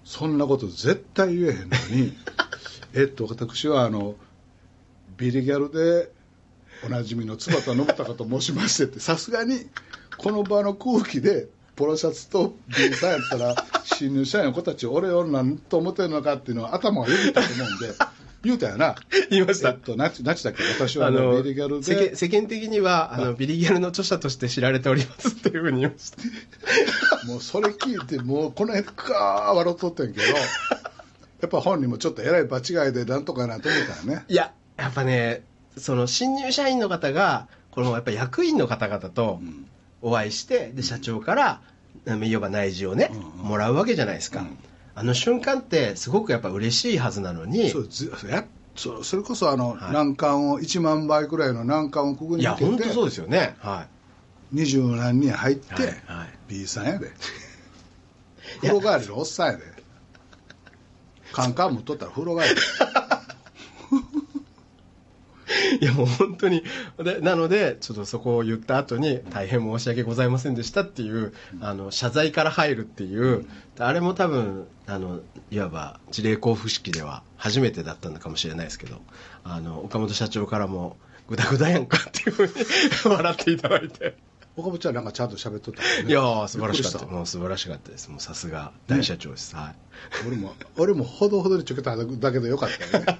[SPEAKER 2] そんなこと絶対言えへんのに えっと私はあのビリギャルでおなじみの坪田信孝と申しまして ってさすがにこの場の空気でポロシャツとビーサーやったら新入社員の子たち俺をなんと思ってるのかっていうのは頭がよぎったと思うんで言うたよな
[SPEAKER 3] 言いました
[SPEAKER 2] えっとなちなちだっけ私は
[SPEAKER 3] あ
[SPEAKER 2] あ
[SPEAKER 3] の
[SPEAKER 2] のビリギャル
[SPEAKER 3] 世
[SPEAKER 2] で
[SPEAKER 3] 間世間的にはあのビリギャルの著者として知られておりますっていうふうに言いました
[SPEAKER 2] もうそれ聞いてもうこの辺かー笑っとってん けどやっぱ本人もちょっとえらい場違いでなんとかなと思ったよね
[SPEAKER 3] いや、やっぱね、その新入社員の方が、このやっぱ役員の方々と
[SPEAKER 2] ん
[SPEAKER 3] お会いして、で社長から、うん、いわば内示をね、
[SPEAKER 2] うんうん
[SPEAKER 3] もらうわけじゃないですか、
[SPEAKER 2] うん
[SPEAKER 3] あの瞬間って、すごくやっぱ嬉しいはずなのに
[SPEAKER 2] そ、うずやそそれこそあの、
[SPEAKER 3] はい
[SPEAKER 2] 難関を1万倍くらいの難関をくぐ
[SPEAKER 3] い
[SPEAKER 2] り
[SPEAKER 3] や、
[SPEAKER 2] 抜
[SPEAKER 3] 本
[SPEAKER 2] け
[SPEAKER 3] 当
[SPEAKER 2] て
[SPEAKER 3] そうですよね、は
[SPEAKER 2] 二十何人入って、
[SPEAKER 3] い、はいはい、
[SPEAKER 2] B さんや で
[SPEAKER 3] いや
[SPEAKER 2] 風呂帰りのおっさんやでカンカン持っとったら風呂帰り
[SPEAKER 3] いやもう本当にでなのでちょっとそこを言った後に大変申し訳ございませんでしたっていうあの謝罪から入るっていうあれも多分あのいわば事例交付式では初めてだったのかもしれないですけどあの岡本社長からも「グダグダやんか」っていうふうに 笑っていただいて
[SPEAKER 2] 岡本ちゃんなんかちゃんと喋っとったよね
[SPEAKER 3] いやー素晴らしかった
[SPEAKER 2] びくり
[SPEAKER 3] もう素晴らしかったですもうさすが大社長です、はい
[SPEAKER 2] た俺も俺もほどほどにちょけただけでよかったよね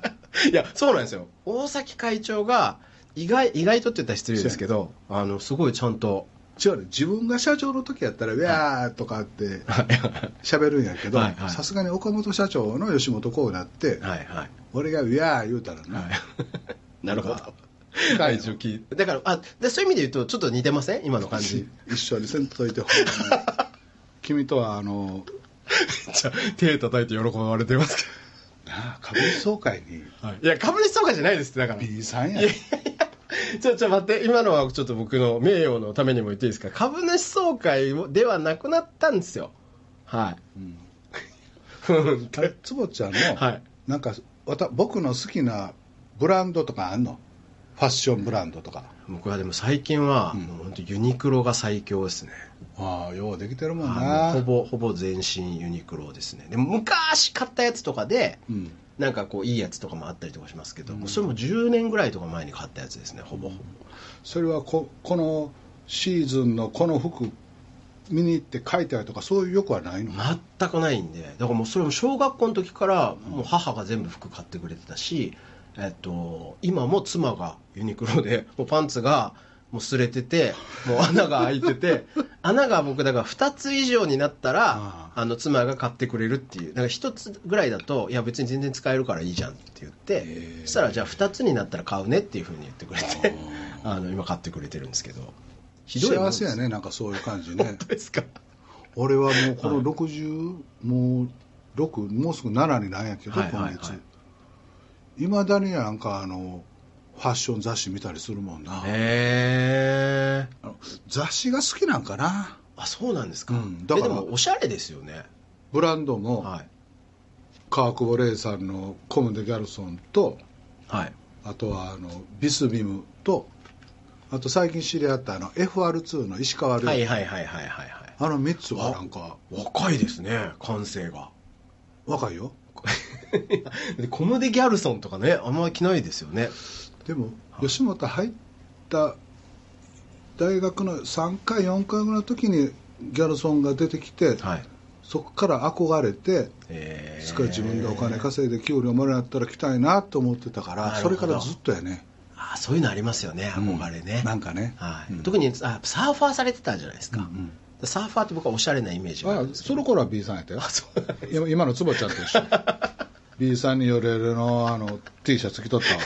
[SPEAKER 3] いや、そうなんですよ。大崎会長が、意外、意外とって言ったら失礼ですけど、あの、すごいちゃんと、
[SPEAKER 2] 違うね自分が社長の時やったら「ウェー」とかって喋るんやけど
[SPEAKER 3] はいはい
[SPEAKER 2] さすがに岡本社長の吉本こうなって
[SPEAKER 3] はいはい。
[SPEAKER 2] 俺が「ウェー」言うたらな、
[SPEAKER 3] はい。なるほど。
[SPEAKER 2] 深い
[SPEAKER 3] 会長聞いだから、あ、でそういう意味で言うと、ちょっと似てません今の感じ。
[SPEAKER 2] 一緒にせんといてほんま に君とはあの
[SPEAKER 3] じゃあ 手叩いて喜ばれてますけ
[SPEAKER 2] なあ株主総会に
[SPEAKER 3] ど。はい。いや、株主総会じゃないですって、だから。
[SPEAKER 2] B さんや
[SPEAKER 3] いやいやいや ちょ、ちょ、待って、今のはちょっと僕の名誉のためにも言っていいですか。株主総会をではなくなったんですよ。はい。うん。
[SPEAKER 2] あれ坪ちゃんの、
[SPEAKER 3] はい
[SPEAKER 2] なんかわた僕の好きなブランドとかあんのファッションブランドとか
[SPEAKER 3] 僕はでも最近は、もう本当ユニクロが最強ですね。
[SPEAKER 2] ああようできてるもん
[SPEAKER 3] あ
[SPEAKER 2] な
[SPEAKER 3] のほぼ、ほぼ全身ユニクロですね。でも昔買ったやつとかで、
[SPEAKER 2] うん
[SPEAKER 3] なんかこういいやつとかもあったりとかしますけど、それも10年ぐらいとか前に買ったやつですね、ほぼほぼ。
[SPEAKER 2] それはここのシーズンのこの服見に行って書いてあるとかそういうよくはないの、
[SPEAKER 3] 全くないんで、だからもうそれも小学校の時から、もう母が全部服買ってくれてたし、えっと、今も妻がユニクロで、もうパンツが、もう擦れてて、もう穴が開いてて、穴が僕だから2つ以上になったら
[SPEAKER 2] あ、
[SPEAKER 3] あの妻が買ってくれるっていうだから1つぐらいだといや別に全然使えるからいいじゃんって言って
[SPEAKER 2] へー
[SPEAKER 3] そしたらじゃあ2つになったら買うねっていうふうに言ってくれてあの今買ってくれてるんですけどひどいもん
[SPEAKER 2] 幸
[SPEAKER 3] です
[SPEAKER 2] せやねなんかそういう感じね
[SPEAKER 3] 本当ですか
[SPEAKER 2] 俺はもうこの60、もう6もうすぐ7になんやけど、
[SPEAKER 3] はいはいはい
[SPEAKER 2] 今月いまだになんかあのファッション雑誌見たりするもんな、
[SPEAKER 3] へえ
[SPEAKER 2] あの雑誌が好きなんかな
[SPEAKER 3] あそうなんですか,、
[SPEAKER 2] うんだから
[SPEAKER 3] えでもおしゃれですよね
[SPEAKER 2] ブランドも、
[SPEAKER 3] はい
[SPEAKER 2] 川久保玲さんのコム・デ・ギャルソンと
[SPEAKER 3] はい
[SPEAKER 2] あとはあのビスビムとあと最近知り合ったあの FR2 の石川亮、
[SPEAKER 3] はいはいはいはいはいはい
[SPEAKER 2] あの3つはなんか
[SPEAKER 3] 若いですね感性が
[SPEAKER 2] 若いよ
[SPEAKER 3] でコムデ・ギャルソンとかねあんま着ないですよね
[SPEAKER 2] でも吉本入った大学の3回4回ぐらいの時にギャルソンが出てきて、
[SPEAKER 3] はい
[SPEAKER 2] そこから憧れて
[SPEAKER 3] え
[SPEAKER 2] それから自分でお金稼いで給料もらったら来たいなと思ってたか
[SPEAKER 3] な
[SPEAKER 2] ら
[SPEAKER 3] る
[SPEAKER 2] そ
[SPEAKER 3] ほ
[SPEAKER 2] れ
[SPEAKER 3] ど
[SPEAKER 2] からずっとやね
[SPEAKER 3] あそういうのありますよね憧れね、
[SPEAKER 2] なんかね、
[SPEAKER 3] はい
[SPEAKER 2] うん
[SPEAKER 3] 特にあサーファーされてたじゃないですか、
[SPEAKER 2] うん
[SPEAKER 3] サーファーって僕はおしゃれなイメージがある
[SPEAKER 2] あ
[SPEAKER 3] んですけ
[SPEAKER 2] そ
[SPEAKER 3] ど
[SPEAKER 2] の頃は B さんやったよ今今のつぼちゃんと 一緒 B さんによれるのあの T シャツ着とったわ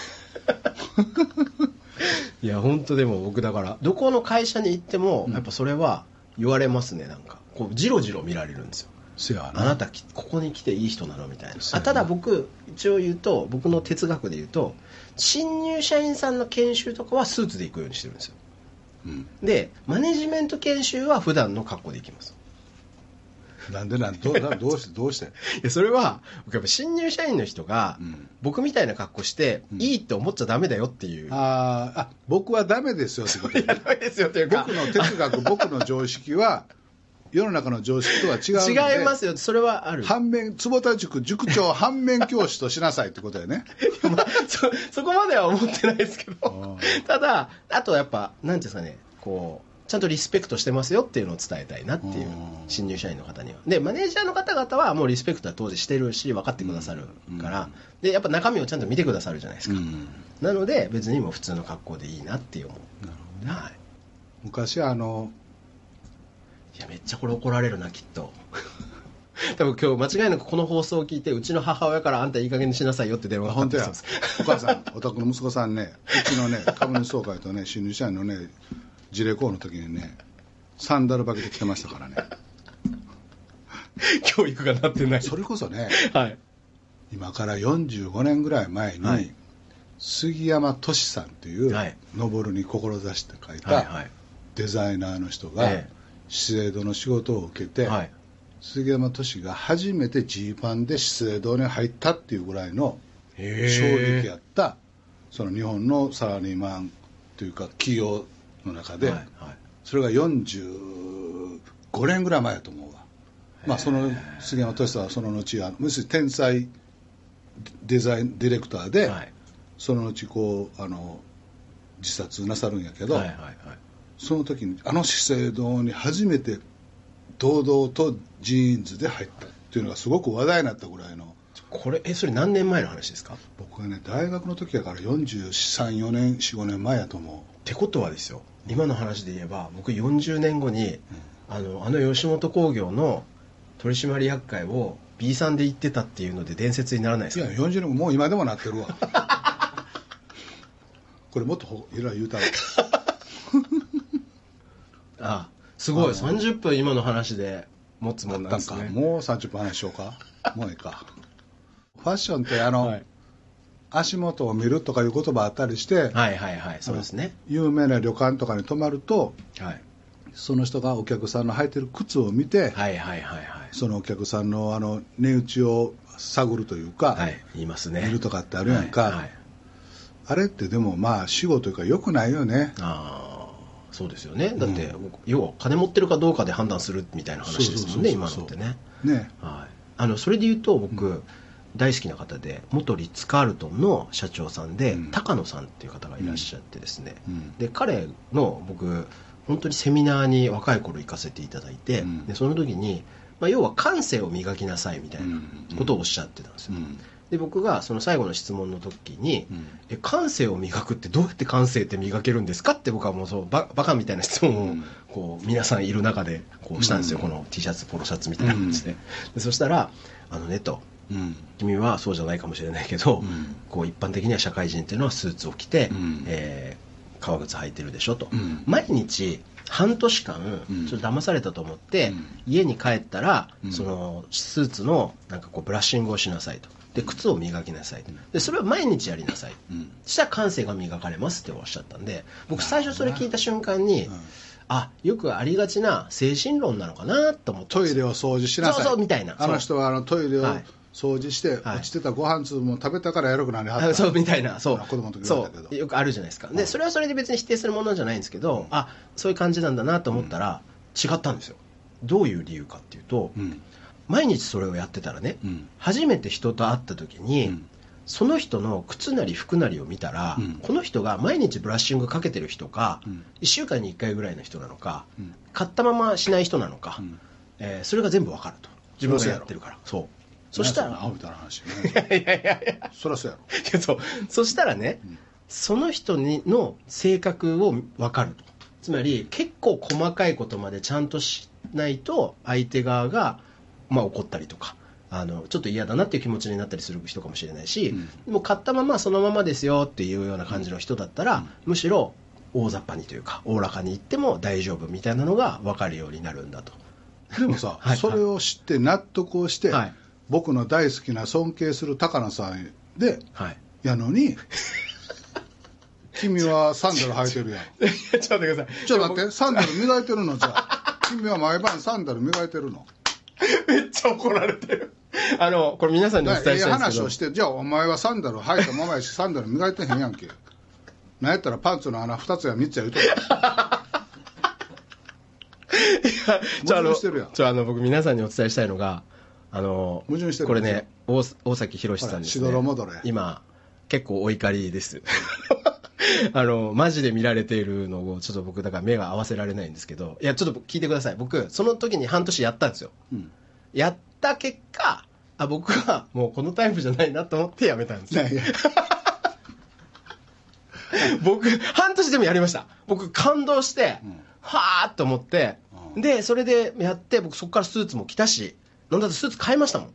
[SPEAKER 3] いや本当でも僕だからどこの会社に行ってもやっぱそれは言われますねなんかこうジロジロ見られるんですよ
[SPEAKER 2] せやわな
[SPEAKER 3] あなたきここに来ていい人なのみたいな
[SPEAKER 2] そう
[SPEAKER 3] あただ僕一応言うと僕の哲学で言うと新入社員さんの研修とかはスーツで行くようにしてるんですよ
[SPEAKER 2] うん
[SPEAKER 3] でマネジメント研修は普段の格好で行きます
[SPEAKER 2] なんでなんどうなどうしてどうして
[SPEAKER 3] いやそれは僕やっぱ新入社員の人が
[SPEAKER 2] うん
[SPEAKER 3] 僕みたいな格好して
[SPEAKER 2] うん
[SPEAKER 3] いいって思っちゃダメだよっていう、
[SPEAKER 2] あーあ僕はダメですよってこと
[SPEAKER 3] い やダメですよっていうか
[SPEAKER 2] 僕の哲学僕の常識は世の中の常識とは違うんで
[SPEAKER 3] 違いますよそれはある
[SPEAKER 2] 反面坪田塾塾長反面教師としなさいってことやね
[SPEAKER 3] まあ そそこまでは思ってないですけ
[SPEAKER 2] あ
[SPEAKER 3] どただあとやっぱ何ていうんですかねこうちゃんとリスペクトしてますよっていうのを伝えたいなっていう
[SPEAKER 2] うん
[SPEAKER 3] 新入社員の方にはでマネージャーの方々はもうリスペクトは当時してるし分かってくださるから、でやっぱ中身をちゃんと見てくださるじゃないですか、なので別にもう普通の格好でいいなって思うはい
[SPEAKER 2] 昔あの
[SPEAKER 3] いやめっちゃこれ怒られるなきっと 多分今日間違いなくこの放送を聞いてうちの母親からあんたいい加減にしなさいよって電話がかか
[SPEAKER 2] 本
[SPEAKER 3] って
[SPEAKER 2] 当
[SPEAKER 3] きた
[SPEAKER 2] や
[SPEAKER 3] んです
[SPEAKER 2] お母さんお宅の息子さんねうちのね株主総会とね新入社員のね事例講の時にねサンダル履けてきてましたからね
[SPEAKER 3] 教育がなってない
[SPEAKER 2] それこそね
[SPEAKER 3] はい
[SPEAKER 2] 今から45年ぐらい前に、
[SPEAKER 3] はい
[SPEAKER 2] 杉山俊さんという「
[SPEAKER 3] はい
[SPEAKER 2] 登るに志」って書い
[SPEAKER 3] はい
[SPEAKER 2] た
[SPEAKER 3] はい
[SPEAKER 2] デザイナーの人が、
[SPEAKER 3] ええ
[SPEAKER 2] 資生堂の仕事を受けて、
[SPEAKER 3] はい、
[SPEAKER 2] 杉山俊が初めてジーパンで資生堂に入ったっていうぐらいの衝撃やったその日本のサラリーマンというか企業の中で、
[SPEAKER 3] はいはい
[SPEAKER 2] それが45年ぐらい前やと思うわ、まあ、その杉山俊さんはその後あのむしろ天才デザインディレクターで、
[SPEAKER 3] はい
[SPEAKER 2] その後こうあの自殺なさるんやけど、
[SPEAKER 3] はいはいはい
[SPEAKER 2] その時にあの資生堂に初めて堂々とジーンズで入ったっていうのがすごく話題になったぐらいの
[SPEAKER 3] これえそれ何年前の話ですかっ
[SPEAKER 2] 僕はね大学の時やから434年45年前やと思
[SPEAKER 3] てことはですよ今の話で言えば僕40年後に、あのあの吉本興業の取締役会を B さんで行ってたっていうので伝説にならないで
[SPEAKER 2] うい
[SPEAKER 3] す
[SPEAKER 2] や
[SPEAKER 3] か
[SPEAKER 2] 40年ももう今でもなってる わこれもっとほいろいろ言うたら
[SPEAKER 3] あすごい30分今の話で持つもんな
[SPEAKER 2] な
[SPEAKER 3] んで
[SPEAKER 2] ん
[SPEAKER 3] す
[SPEAKER 2] か
[SPEAKER 3] ね
[SPEAKER 2] もう30分話しようかもういいかファッションってあの、
[SPEAKER 3] はい
[SPEAKER 2] 足元を見るとかいう言葉あったりして、
[SPEAKER 3] はいはいはいそうですね
[SPEAKER 2] 有名な旅館とかに泊まると
[SPEAKER 3] はい
[SPEAKER 2] その人がお客さんの履いてる靴を見て、
[SPEAKER 3] はいはいはいはい
[SPEAKER 2] そのお客さんのあの値打ちを探るというか、
[SPEAKER 3] はい言いますね
[SPEAKER 2] 見るとかってあるやんか、
[SPEAKER 3] はいはい
[SPEAKER 2] あれってでもまあ死後というかよくないよね
[SPEAKER 3] ああそうですよねだって、要は金持ってるかどうかで判断するみたいな話ですもんね
[SPEAKER 2] そう
[SPEAKER 3] 今
[SPEAKER 2] そ
[SPEAKER 3] の
[SPEAKER 2] うそうそう
[SPEAKER 3] ってね、
[SPEAKER 2] ね
[SPEAKER 3] はい、あのそれで言うと僕、大好きな方で元リッツ・カールトンの社長さんで、
[SPEAKER 2] うん
[SPEAKER 3] 高野さんっていう方がいらっしゃってですね、
[SPEAKER 2] うん
[SPEAKER 3] で彼の僕本当にセミナーに若い頃行かせていただいて、
[SPEAKER 2] うん
[SPEAKER 3] でその時に、まあ、要は感性を磨きなさいみたいなことをおっしゃってたんですよ、
[SPEAKER 2] うん
[SPEAKER 3] で僕がその最後の質問の時に、
[SPEAKER 2] うん
[SPEAKER 3] え感性を磨くってどうやって感性って磨けるんですかって僕はもうそうババカみたいな質問を、
[SPEAKER 2] うん
[SPEAKER 3] こう皆さんいる中でこうしたんですよ、
[SPEAKER 2] うん
[SPEAKER 3] この T シャツポロシャツみたいな感じで,、でそしたら「あのね」と
[SPEAKER 2] うん
[SPEAKER 3] 「君はそうじゃないかもしれないけど、
[SPEAKER 2] うん
[SPEAKER 3] こう一般的には社会人っていうのはスーツを着て、
[SPEAKER 2] うん
[SPEAKER 3] えー革靴履いてるでしょ」と、
[SPEAKER 2] うん
[SPEAKER 3] 毎日半年間
[SPEAKER 2] うん
[SPEAKER 3] ちょっと騙されたと思って、
[SPEAKER 2] うん
[SPEAKER 3] 家に帰ったら、
[SPEAKER 2] うん
[SPEAKER 3] そのスーツのなんかこうブラッシングをしなさいとで靴を磨きなさいとでそれは毎日やりなさい
[SPEAKER 2] うん
[SPEAKER 3] そしたら感性が磨かれますっておっしゃったんで僕最初それ聞いた瞬間に、
[SPEAKER 2] うん
[SPEAKER 3] あよくありがちな精神論なのかなと思って
[SPEAKER 2] トイレを掃除しなさい
[SPEAKER 3] そうそうみたいな
[SPEAKER 2] あの人はあのトイレを
[SPEAKER 3] はい
[SPEAKER 2] 掃除して、
[SPEAKER 3] はい
[SPEAKER 2] 落ちてたご飯粒も食べたからエロくなりはった
[SPEAKER 3] あ そうみたいなそう
[SPEAKER 2] 子供の時言われた
[SPEAKER 3] そ
[SPEAKER 2] けど
[SPEAKER 3] うよくあるじゃないですかでそれはそれで別に否定するものじゃないんですけど、あそういう感じなんだなと思ったら、違ったんですよどういう理由かっていうと、
[SPEAKER 2] うん
[SPEAKER 3] 毎日それをやってたらね、
[SPEAKER 2] うん
[SPEAKER 3] 初めて人と会った時に、
[SPEAKER 2] うん
[SPEAKER 3] その人の靴なり服なりを見たら、
[SPEAKER 2] うん
[SPEAKER 3] この人が毎日ブラッシングかけてる人か、
[SPEAKER 2] うん
[SPEAKER 3] 1週間に1回ぐらいの人なのか、
[SPEAKER 2] うん
[SPEAKER 3] 買ったまましない人なのか、
[SPEAKER 2] うん
[SPEAKER 3] えーそれが全部わかると自分がやってるからそうそしたら
[SPEAKER 2] アホみたいな話ねいやい やいやそりゃそうやろ
[SPEAKER 3] いやそうそしたらね、その人にの性格を分かるとつまり結構細かいことまでちゃんとしないと相手側が、まあ、怒ったりとかあのちょっと嫌だなっていう気持ちになったりする人かもしれないし、もう買ったままそのままですよっていうような感じの人だったら、むしろ大雑把にというかおおらかに言っても大丈夫みたいなのが分かるようになるんだと。
[SPEAKER 2] でもさ、
[SPEAKER 3] はい
[SPEAKER 2] それを知って納得をして、
[SPEAKER 3] はい
[SPEAKER 2] 僕の大好きな尊敬する高野さんで
[SPEAKER 3] はい
[SPEAKER 2] やのに君はサンダル履いてるやん
[SPEAKER 3] いや ちょっと待ってください。
[SPEAKER 2] ちょっと待ってサンダル磨いてるのじゃ あ君は毎晩サンダル磨いてるの
[SPEAKER 3] めっちゃ怒られてる。あの、これ皆さんにお
[SPEAKER 2] だ
[SPEAKER 3] 伝
[SPEAKER 2] え
[SPEAKER 3] え
[SPEAKER 2] え
[SPEAKER 3] したいんです
[SPEAKER 2] 話
[SPEAKER 3] けど
[SPEAKER 2] を。してじゃあお前はサンダル履いたままやしサンダル磨いてへんやんけなんやったらパンツの穴2つや3つや言う とる
[SPEAKER 3] じゃあ、あの、
[SPEAKER 2] 矛盾してるやん
[SPEAKER 3] ちょあの僕皆さんにお伝えしたいのが、あの、
[SPEAKER 2] 矛盾してる
[SPEAKER 3] これね、大大崎博さんです、ね。
[SPEAKER 2] ほらしどろもどろや
[SPEAKER 3] 今、結構お怒りです。 あの、マジで見られているのを、ちょっと僕、だから目が合わせられないんですけど、いや、ちょっと聞いてください。僕、その時に半年やったんですよ。
[SPEAKER 2] うん
[SPEAKER 3] やった結果、あ僕はもうこのタイプじゃないなと思ってやめたんですよ。
[SPEAKER 2] いや
[SPEAKER 3] 僕半年でもやりました僕感動して、はあと思って、
[SPEAKER 2] うん
[SPEAKER 3] でそれでやって僕そこからスーツも着たしなんだってスーツ買いましたも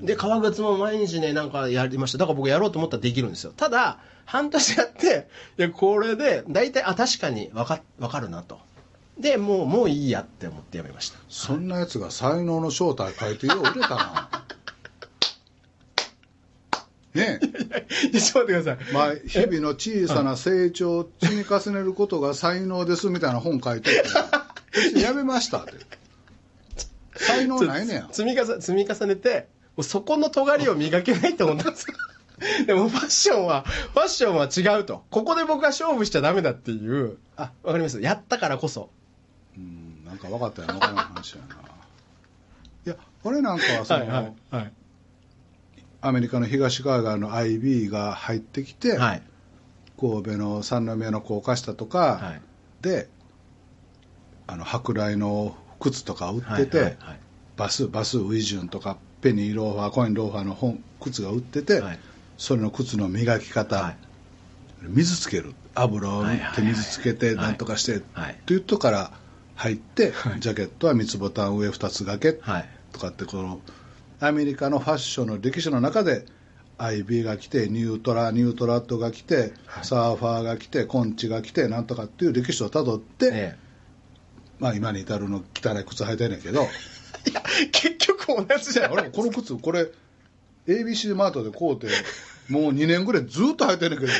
[SPEAKER 3] ん、で革靴も毎日ねなんかやりましただから僕やろうと思ったらできるんですよただ半年やっていやこれで大体あ確かに分かわかるなとでもうもういいやって思ってやめました
[SPEAKER 2] そんなやつが才能の正体変えてよう売れた なねえ
[SPEAKER 3] いや ちょっと待ってください
[SPEAKER 2] まあ、日々の小さな成長を積み重ねることが才能ですみたいな本書いてる からやめましたって才能ないねや
[SPEAKER 3] 積み重積み重ねてもうそこの尖りを磨けないと思ったんですよ でもファッションはファッションは違うとここで僕は勝負しちゃダメだっていうあわかりますやったからこそ
[SPEAKER 2] うんなんか分かったよなこの話やないや俺なんかはその、
[SPEAKER 3] いはい
[SPEAKER 2] アメリカの東海岸の IB が入ってきて、
[SPEAKER 3] はい
[SPEAKER 2] 神戸の三宮の高架下とか、
[SPEAKER 3] はい
[SPEAKER 2] であの舶来の靴とか売
[SPEAKER 3] は
[SPEAKER 2] っ
[SPEAKER 3] い
[SPEAKER 2] てて、
[SPEAKER 3] はいはい
[SPEAKER 2] バスバスウィジュンとかペニーローファーコインローファーの本靴が売ってて、
[SPEAKER 3] はい
[SPEAKER 2] それの靴の磨き方、
[SPEAKER 3] はい
[SPEAKER 2] 水つける油を塗
[SPEAKER 3] はいはい
[SPEAKER 2] っ
[SPEAKER 3] は
[SPEAKER 2] て
[SPEAKER 3] い
[SPEAKER 2] 水つけて
[SPEAKER 3] はい
[SPEAKER 2] なんとかして、
[SPEAKER 3] はい
[SPEAKER 2] っていうとこから入って、
[SPEAKER 3] はい
[SPEAKER 2] ジャケットは三つボタン上二つ掛け
[SPEAKER 3] はい
[SPEAKER 2] とかってこのアメリカのファッションの歴史の中で IB が来てニュートラニュートラットが来て、サーファーが来てコンチが来てなんとかっていう歴史をたどって、
[SPEAKER 3] え
[SPEAKER 2] まあ、今に至るの汚い靴履いてんねんけど。
[SPEAKER 3] えいや結局同じじゃん
[SPEAKER 2] あ れこの靴これ ABC マートで買うてもう2年ぐらいずっと履いてるけどこ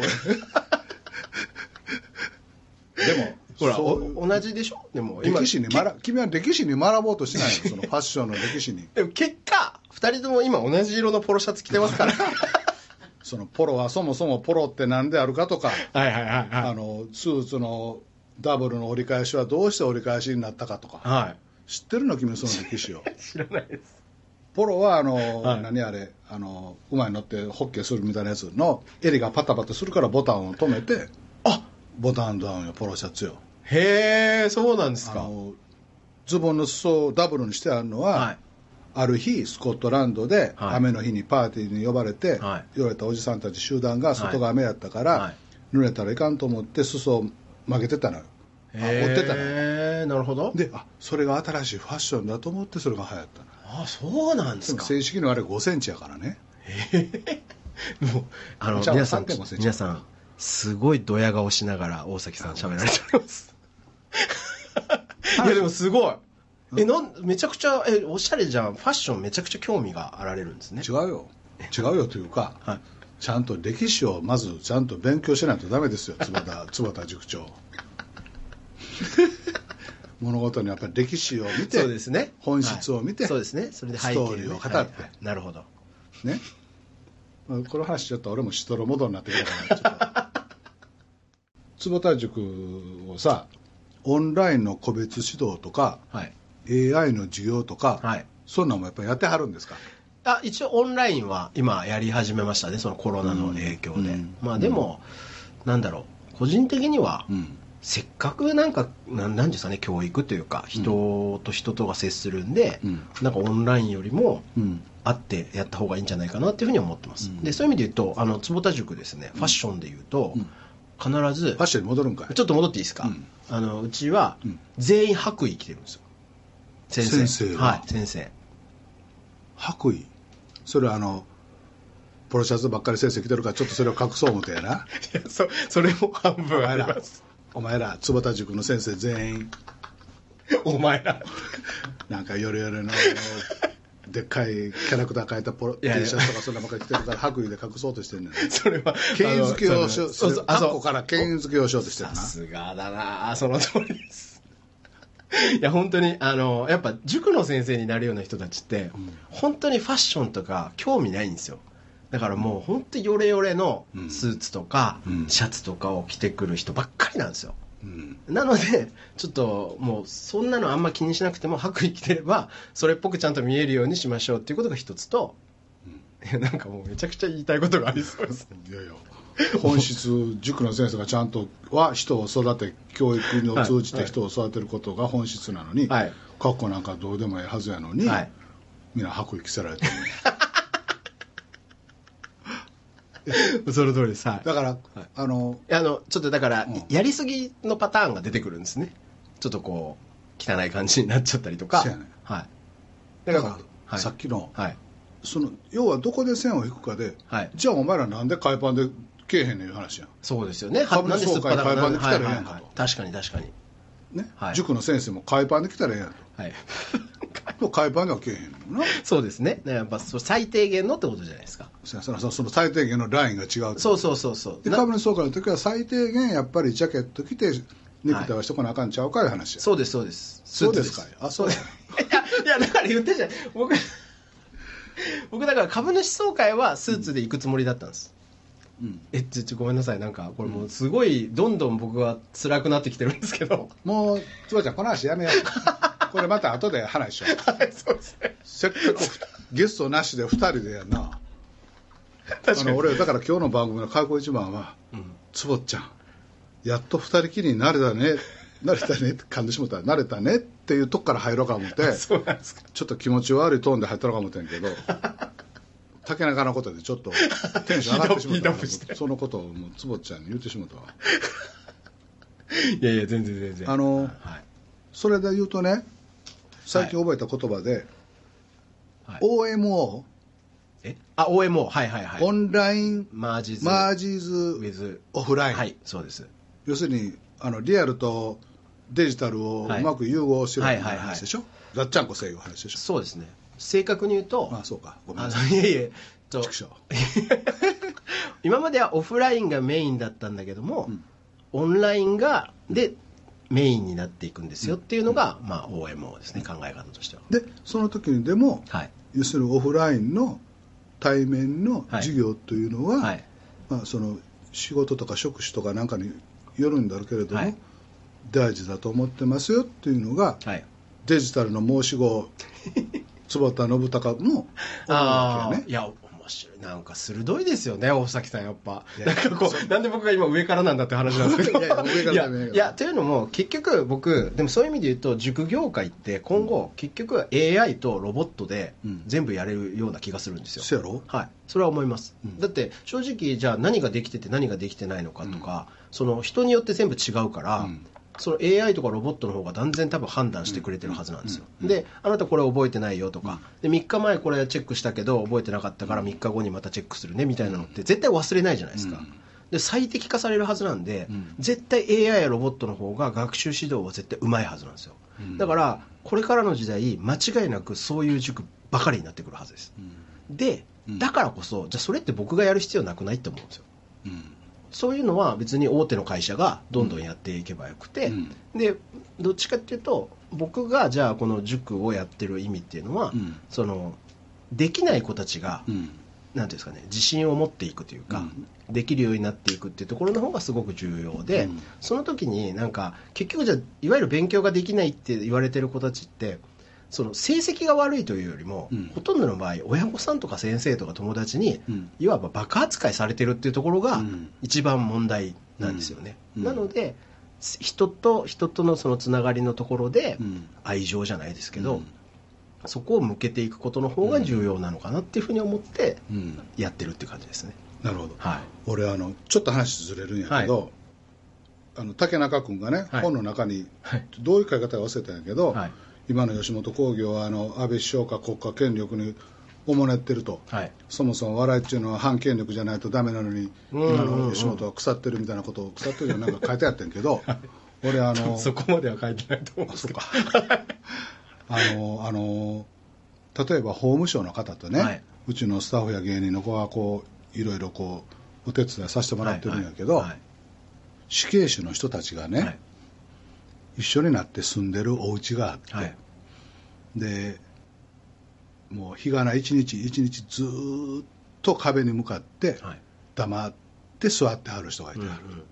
[SPEAKER 2] れ でも
[SPEAKER 3] ほら
[SPEAKER 2] そういう
[SPEAKER 3] お同じでしょでも
[SPEAKER 2] 歴史に学君は歴史に学ぼうとしない のそのファッションの歴史に
[SPEAKER 3] でも結果2人とも今同じ色のポロシャツ着てますから
[SPEAKER 2] そのポロはそもそもポロって何であるかとか
[SPEAKER 3] はいはいはい
[SPEAKER 2] あのスーツのダブルの折り返しはどうして折り返しになったかとか
[SPEAKER 3] は
[SPEAKER 2] 知ってるの君その歴史を
[SPEAKER 3] い知らないです
[SPEAKER 2] ポロはあの、
[SPEAKER 3] はい
[SPEAKER 2] 何あれあの馬に乗ってホッケーするみたいなやつの襟がパタパタするからボタンを止めて
[SPEAKER 3] あ
[SPEAKER 2] ボタンダウンよポロシャツよ
[SPEAKER 3] へえそうなんです
[SPEAKER 2] あ
[SPEAKER 3] か
[SPEAKER 2] のズボンの裾をダブルにしてあるのは、
[SPEAKER 3] はい
[SPEAKER 2] ある日スコットランドで、
[SPEAKER 3] はい
[SPEAKER 2] 雨の日にパーティーに呼ばれて、
[SPEAKER 3] は
[SPEAKER 2] 呼ばれたおじさんたち集団が外が雨やったから、
[SPEAKER 3] はい
[SPEAKER 2] 濡れたらいかんと思って裾を曲げてたのよ、あ折ってたのよ
[SPEAKER 3] へえなるほど
[SPEAKER 2] であそれが新しいファッションだと思ってそれが流行ったの
[SPEAKER 3] あそうなんで
[SPEAKER 2] ですも
[SPEAKER 3] か
[SPEAKER 2] 正式のあれ5センチやからね
[SPEAKER 3] もうあの
[SPEAKER 2] じゃあ
[SPEAKER 3] 皆さん
[SPEAKER 2] 3点も成長
[SPEAKER 3] 皆さんすごいドヤ顔しながら大崎さん喋られておりますいやでもすごいえなんめちゃくちゃえおしゃれじゃんファッションめちゃくちゃ興味があられるんですね
[SPEAKER 2] 違うよ違うよというか、
[SPEAKER 3] はい
[SPEAKER 2] ちゃんと歴史をまずちゃんと勉強しないとダメですよ坪田 坪田塾 長物事にやっぱり歴史を見て
[SPEAKER 3] そうですね
[SPEAKER 2] 本質を見て、
[SPEAKER 3] はいそうですねそれで背
[SPEAKER 2] ス
[SPEAKER 3] 景ね
[SPEAKER 2] トーリーを語って、
[SPEAKER 3] はいはいなるほど
[SPEAKER 2] ねまあこの話ちょっと俺もしとろもどになってくるからちょっと坪 田塾をさオンラインの個別指導とか
[SPEAKER 3] はい
[SPEAKER 2] AI の授業とか、
[SPEAKER 3] はい
[SPEAKER 2] そんなんもやっぱりやってはるんですか
[SPEAKER 3] あ一応オンラインは今やり始めましたねそのコロナの影響で、
[SPEAKER 2] うん
[SPEAKER 3] まあでも、なんだろう個人的には
[SPEAKER 2] うん
[SPEAKER 3] せっかくなんかなんなんですかね教育というか人と人とが接するんで、
[SPEAKER 2] うん
[SPEAKER 3] なんかオンラインよりも
[SPEAKER 2] うん
[SPEAKER 3] あってやった方がいいんじゃないかなっていうふうに思ってます、
[SPEAKER 2] うん
[SPEAKER 3] でそういう意味で言うとあの坪田塾ですねファッションで言うと、
[SPEAKER 2] うん
[SPEAKER 3] 必ず
[SPEAKER 2] ファッションに戻るんかい
[SPEAKER 3] ちょっと戻っていいですか、
[SPEAKER 2] うん
[SPEAKER 3] あのうちは
[SPEAKER 2] うん
[SPEAKER 3] 全員白衣着てるんですよ先生
[SPEAKER 2] 先生は
[SPEAKER 3] はい先生
[SPEAKER 2] 白衣それはあのポロシャツばっかり先生着てるからちょっとそれを隠そう思てやな
[SPEAKER 3] そそれも半
[SPEAKER 2] お
[SPEAKER 3] 分
[SPEAKER 2] 前らお前ら坪田塾の先生全員
[SPEAKER 3] お前ら
[SPEAKER 2] なんかヨレヨレのでっかいキャラクター変えたポロ
[SPEAKER 3] いやいや
[SPEAKER 2] T シャツとかそんなばっかり着てるから白衣で隠そうとしてんねん
[SPEAKER 3] そ れは
[SPEAKER 2] 権威づけをしよう
[SPEAKER 3] そうそうあ
[SPEAKER 2] あ
[SPEAKER 3] そ
[SPEAKER 2] そうこから権威づけをしようとしてる
[SPEAKER 3] さ
[SPEAKER 2] な
[SPEAKER 3] すがだなその通りです いや本当にあのやっぱ塾の先生になるような人たちって、本当にファッションとか興味ないんですよだからもう本当ヨレヨレの
[SPEAKER 2] うん
[SPEAKER 3] スーツとか、
[SPEAKER 2] うん
[SPEAKER 3] シャツとかを着てくる人ばっかりなんですよ
[SPEAKER 2] うん
[SPEAKER 3] なのでちょっともうそんなのあんま気にしなくても白衣着てればそれっぽくちゃんと見えるようにしましょうっていうことが一つと、いや なんかもうめちゃくちゃ言いたいことがありそうです
[SPEAKER 2] いやいや本質塾の先生がちゃんとは人を育て教育を通じて人を育てることが本質なのに、
[SPEAKER 3] はい
[SPEAKER 2] 過去なんかどうでもいいはずやのに、
[SPEAKER 3] はい
[SPEAKER 2] みんな白衣着せられてる
[SPEAKER 3] その通りですはい
[SPEAKER 2] だから、
[SPEAKER 3] はい
[SPEAKER 2] あの
[SPEAKER 3] あのちょっとだから、
[SPEAKER 2] うん
[SPEAKER 3] やりすぎのパターンが出てくるんですねちょっとこう汚い感じになっちゃったりとか、
[SPEAKER 2] そうやね
[SPEAKER 3] はい
[SPEAKER 2] だ
[SPEAKER 3] から
[SPEAKER 2] から、
[SPEAKER 3] はい
[SPEAKER 2] さっきの,、
[SPEAKER 3] はい
[SPEAKER 2] その要はどこで線を引くかで、
[SPEAKER 3] はい
[SPEAKER 2] じゃあお前らなんで海パンでけえへんねんいう話やん
[SPEAKER 3] そうですよね
[SPEAKER 2] 株
[SPEAKER 3] なんで
[SPEAKER 2] 総
[SPEAKER 3] すっぱ
[SPEAKER 2] 会
[SPEAKER 3] だか
[SPEAKER 2] 会
[SPEAKER 3] な
[SPEAKER 2] 話で来たらええやんかと
[SPEAKER 3] はいはいはい確かに確かに
[SPEAKER 2] ね、
[SPEAKER 3] はい
[SPEAKER 2] 塾の先生も海パンで来たらええやんと
[SPEAKER 3] は
[SPEAKER 2] で
[SPEAKER 3] い
[SPEAKER 2] も海パンではけえへんのな
[SPEAKER 3] そうですねだからやっぱそう最低限のってことじゃないですか
[SPEAKER 2] そそそその最低限のラインが違うと
[SPEAKER 3] そうそうそうそう
[SPEAKER 2] で
[SPEAKER 3] な
[SPEAKER 2] 株主総会の時は最低限やっぱりジャケット着てネクタイはしとかなあかんちゃうかいう話や、
[SPEAKER 3] そうですそうです
[SPEAKER 2] そうですかあそう
[SPEAKER 3] いや いやだから言ってじゃん僕僕だから株主総会はスーツで行くつもりだったんです、
[SPEAKER 2] うん
[SPEAKER 3] えちょちょごめんなさいなんかこれもうすごいどんどん僕は辛くなってきてるんですけど
[SPEAKER 2] もうつばちゃんこの話やめよ うこれまた後で話しよう
[SPEAKER 3] はいそうですね
[SPEAKER 2] せっかくゲストなしで2人でやんな
[SPEAKER 3] 確
[SPEAKER 2] あの俺だから今日の番組の開口一番は「つぼっちゃんやっと二人きりになれた ね慣れたね」って噛んでしもたら「慣れたね」っていうとこから入ろうか思って
[SPEAKER 3] そうなんですか
[SPEAKER 2] ちょっと気持ち悪いトーンで入ったのか思ってんけ ど竹中のことでちょっとテンション上がってしまっ
[SPEAKER 3] ヒート
[SPEAKER 2] た
[SPEAKER 3] アップして
[SPEAKER 2] そのことをもうつぼっちゃんに言ってしまったわ
[SPEAKER 3] いやいや全然全然
[SPEAKER 2] あの
[SPEAKER 3] はい
[SPEAKER 2] それで言うとね最近覚えた言葉で、
[SPEAKER 3] はい
[SPEAKER 2] OMO、
[SPEAKER 3] えあ OMO はいはいはい
[SPEAKER 2] オンライン
[SPEAKER 3] マージズ
[SPEAKER 2] マージー
[SPEAKER 3] ジ
[SPEAKER 2] ズ
[SPEAKER 3] ウィズ
[SPEAKER 2] オフライン、
[SPEAKER 3] はいそうです
[SPEAKER 2] 要するにあのリアルとデジタルを
[SPEAKER 3] はいう
[SPEAKER 2] まく融合しろ
[SPEAKER 3] は
[SPEAKER 2] み
[SPEAKER 3] い
[SPEAKER 2] たいな
[SPEAKER 3] はいはい
[SPEAKER 2] 話でしょ、ガッチャンコせいいう話でしょ
[SPEAKER 3] そうですね正確に言うと
[SPEAKER 2] あそうかごめん
[SPEAKER 3] あ
[SPEAKER 2] なさい
[SPEAKER 3] のいえいえと
[SPEAKER 2] 畜生
[SPEAKER 3] 今まではオフラインがメインだったんだけども、
[SPEAKER 2] ん
[SPEAKER 3] オンラインがでメインになっていくんですよっていうのが、まあ、OMO ですね考え方としては
[SPEAKER 2] でその時にでも、
[SPEAKER 3] はい
[SPEAKER 2] 要するにオフラインの対面の
[SPEAKER 3] はい
[SPEAKER 2] 授業というのは、
[SPEAKER 3] はい
[SPEAKER 2] まあ、その仕事とか職種とかなんかによるんだろうけれども、
[SPEAKER 3] はい
[SPEAKER 2] 大事だと思ってますよっていうのが、
[SPEAKER 3] はい
[SPEAKER 2] デジタルの申し子坪田信孝の思うわけ
[SPEAKER 3] ああ
[SPEAKER 2] やね
[SPEAKER 3] いや面白いなんか鋭いですよね大崎さんやっぱ
[SPEAKER 2] いや
[SPEAKER 3] なんかこうなんで僕が今上からなんだって話なんですけど
[SPEAKER 2] いやいや上からだ
[SPEAKER 3] い
[SPEAKER 2] ね
[SPEAKER 3] やいやというのも結局僕でもそういう意味で言うと塾業界って今後結局 AI とロボットで
[SPEAKER 2] うん
[SPEAKER 3] 全部やれるような気がするんですよ、
[SPEAKER 2] せやろ
[SPEAKER 3] はい、それは思います、
[SPEAKER 2] うん
[SPEAKER 3] だって正直じゃあ何ができてて何ができてないのかとか、その人によって全部違うから、
[SPEAKER 2] うん
[SPEAKER 3] その AI とかロボットの方が断然多分判断してくれてるはずなんですよ、
[SPEAKER 2] うん
[SPEAKER 3] であなたこれ覚えてないよとか、で3日前これチェックしたけど覚えてなかったから3日後にまたチェックするねみたいなのって絶対忘れないじゃないですか、
[SPEAKER 2] うん
[SPEAKER 3] で最適化されるはずなんで、
[SPEAKER 2] うん
[SPEAKER 3] 絶対 AI やロボットの方が学習指導は絶対うまいはずなんですよ、
[SPEAKER 2] うん
[SPEAKER 3] だからこれからの時代間違いなくそういう塾ばかりになってくるはずです、で
[SPEAKER 2] うん
[SPEAKER 3] だからこそじゃあそれって僕がやる必要なくないって思うんですよ
[SPEAKER 2] うんうん
[SPEAKER 3] そういうのは別に大手の会社がどんどんやっていけばよくて、
[SPEAKER 2] うん
[SPEAKER 3] でどっちかっていうと僕がじゃあこの塾をやってる意味っていうのは、
[SPEAKER 2] うん
[SPEAKER 3] そのできない子たちが、
[SPEAKER 2] うん
[SPEAKER 3] なんていうんですかね自信を持っていくというか、
[SPEAKER 2] う
[SPEAKER 3] できるようになっていくっていうところの方がすごく重要で、
[SPEAKER 2] うん
[SPEAKER 3] その時になんか結局じゃあいわゆる勉強ができないって言われてる子たちってその成績が悪いというよりも、
[SPEAKER 2] うん
[SPEAKER 3] ほとんどの場合親御さんとか先生とか友達に、
[SPEAKER 2] うん
[SPEAKER 3] いわばバカ扱いされてるっていうところ
[SPEAKER 2] う
[SPEAKER 3] が
[SPEAKER 2] ん
[SPEAKER 3] 一番問題なんですよね、
[SPEAKER 2] うん
[SPEAKER 3] なので人と人とのそのつながりのところで、
[SPEAKER 2] うん
[SPEAKER 3] 愛情じゃないですけど、
[SPEAKER 2] うん
[SPEAKER 3] そこを向けていくことの方が重要なのかなっていうふうに思って
[SPEAKER 2] うん、
[SPEAKER 3] やってるっていう感じですね。
[SPEAKER 2] なるほど
[SPEAKER 3] はい。
[SPEAKER 2] 俺あのちょっと話ずれるんやけど、あの竹中君がね、
[SPEAKER 3] はい
[SPEAKER 2] 本の中に、
[SPEAKER 3] はい
[SPEAKER 2] どういう書き方か忘れたんやけど、
[SPEAKER 3] はい
[SPEAKER 2] 今の吉本興業はあの安倍首相か国家権力におもねってると、
[SPEAKER 3] はい。
[SPEAKER 2] そもそも笑いっていうのは反権力じゃないとダメなのに、
[SPEAKER 3] うんうんうん
[SPEAKER 2] 今の吉本は腐ってるみたいなことを腐ってるようなんか書いてあってんけ ど、俺あの
[SPEAKER 3] そこまでは書いてないと思うんですけど。
[SPEAKER 2] あのあの例えば法務省の方とね、
[SPEAKER 3] はいう
[SPEAKER 2] ちのスタッフや芸人の子がこういろいろこうお手伝いさせてもらってるんやけど、
[SPEAKER 3] はいはい
[SPEAKER 2] 死刑囚の人たちがね、
[SPEAKER 3] はい
[SPEAKER 2] 一緒になって住んでるお家があって、
[SPEAKER 3] はい
[SPEAKER 2] でもう日がない一日一日ずーっと壁に向かって
[SPEAKER 3] はい
[SPEAKER 2] 黙って座ってはる人がいて、
[SPEAKER 3] うんうん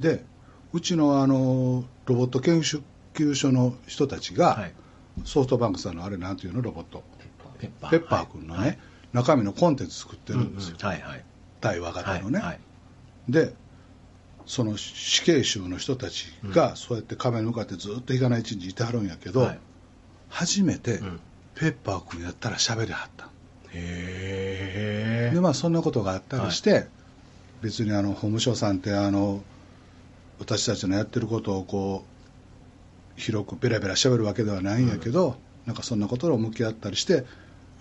[SPEAKER 2] でうちのあのロボット研究所の人たちが、
[SPEAKER 3] はい
[SPEAKER 2] ソフトバンクさんのあれなんていうのロボット
[SPEAKER 3] ペッパー
[SPEAKER 2] ペッパー君のね、中身のコンテンツ作って
[SPEAKER 3] う
[SPEAKER 2] る
[SPEAKER 3] んうんん
[SPEAKER 2] ですよ、
[SPEAKER 3] はいはい
[SPEAKER 2] 対話
[SPEAKER 3] は
[SPEAKER 2] 型
[SPEAKER 3] い
[SPEAKER 2] のね、
[SPEAKER 3] はい
[SPEAKER 2] でその死刑囚の人たちがそうやって壁に向かってずっといかない一日いてはるんやけど、
[SPEAKER 3] はい
[SPEAKER 2] 初めて
[SPEAKER 3] うん
[SPEAKER 2] ペッパー君やったら喋りはった、
[SPEAKER 3] へ
[SPEAKER 2] でまあそんなことがあったりして、別にあの法務省さんってあの私たちのやってることをこう広くベラベラ喋るわけではないんやけど、なんかそんなことを向き合ったりして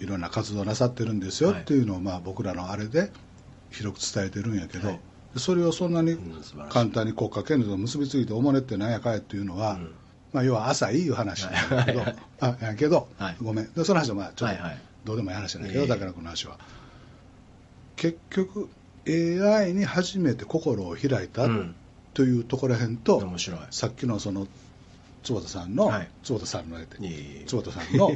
[SPEAKER 2] いろんな活動なさってるんですよ
[SPEAKER 3] はい
[SPEAKER 2] っていうのをまあ僕らのあれで広く伝えてるんやけど、
[SPEAKER 3] はい
[SPEAKER 2] それをそんなに
[SPEAKER 3] うん素晴らしい
[SPEAKER 2] 簡単に国家権力と結びついておもねってなんやかいっていうのは、
[SPEAKER 3] うん
[SPEAKER 2] まあ、要は浅いいう話なんやけど,、
[SPEAKER 3] はい
[SPEAKER 2] あやけど
[SPEAKER 3] はい
[SPEAKER 2] ごめんでその話はまあちょっ
[SPEAKER 3] はい
[SPEAKER 2] と
[SPEAKER 3] はい
[SPEAKER 2] どうでもいい話なんやけど、
[SPEAKER 3] ええ
[SPEAKER 2] だからこの話は結局 AI に初めて心を開いた
[SPEAKER 3] うん
[SPEAKER 2] というところへんと、
[SPEAKER 3] 面白い
[SPEAKER 2] さっきのその坪田さんの、
[SPEAKER 3] はい
[SPEAKER 2] 坪田さんのやて
[SPEAKER 3] いえいえいえ
[SPEAKER 2] 坪田さん の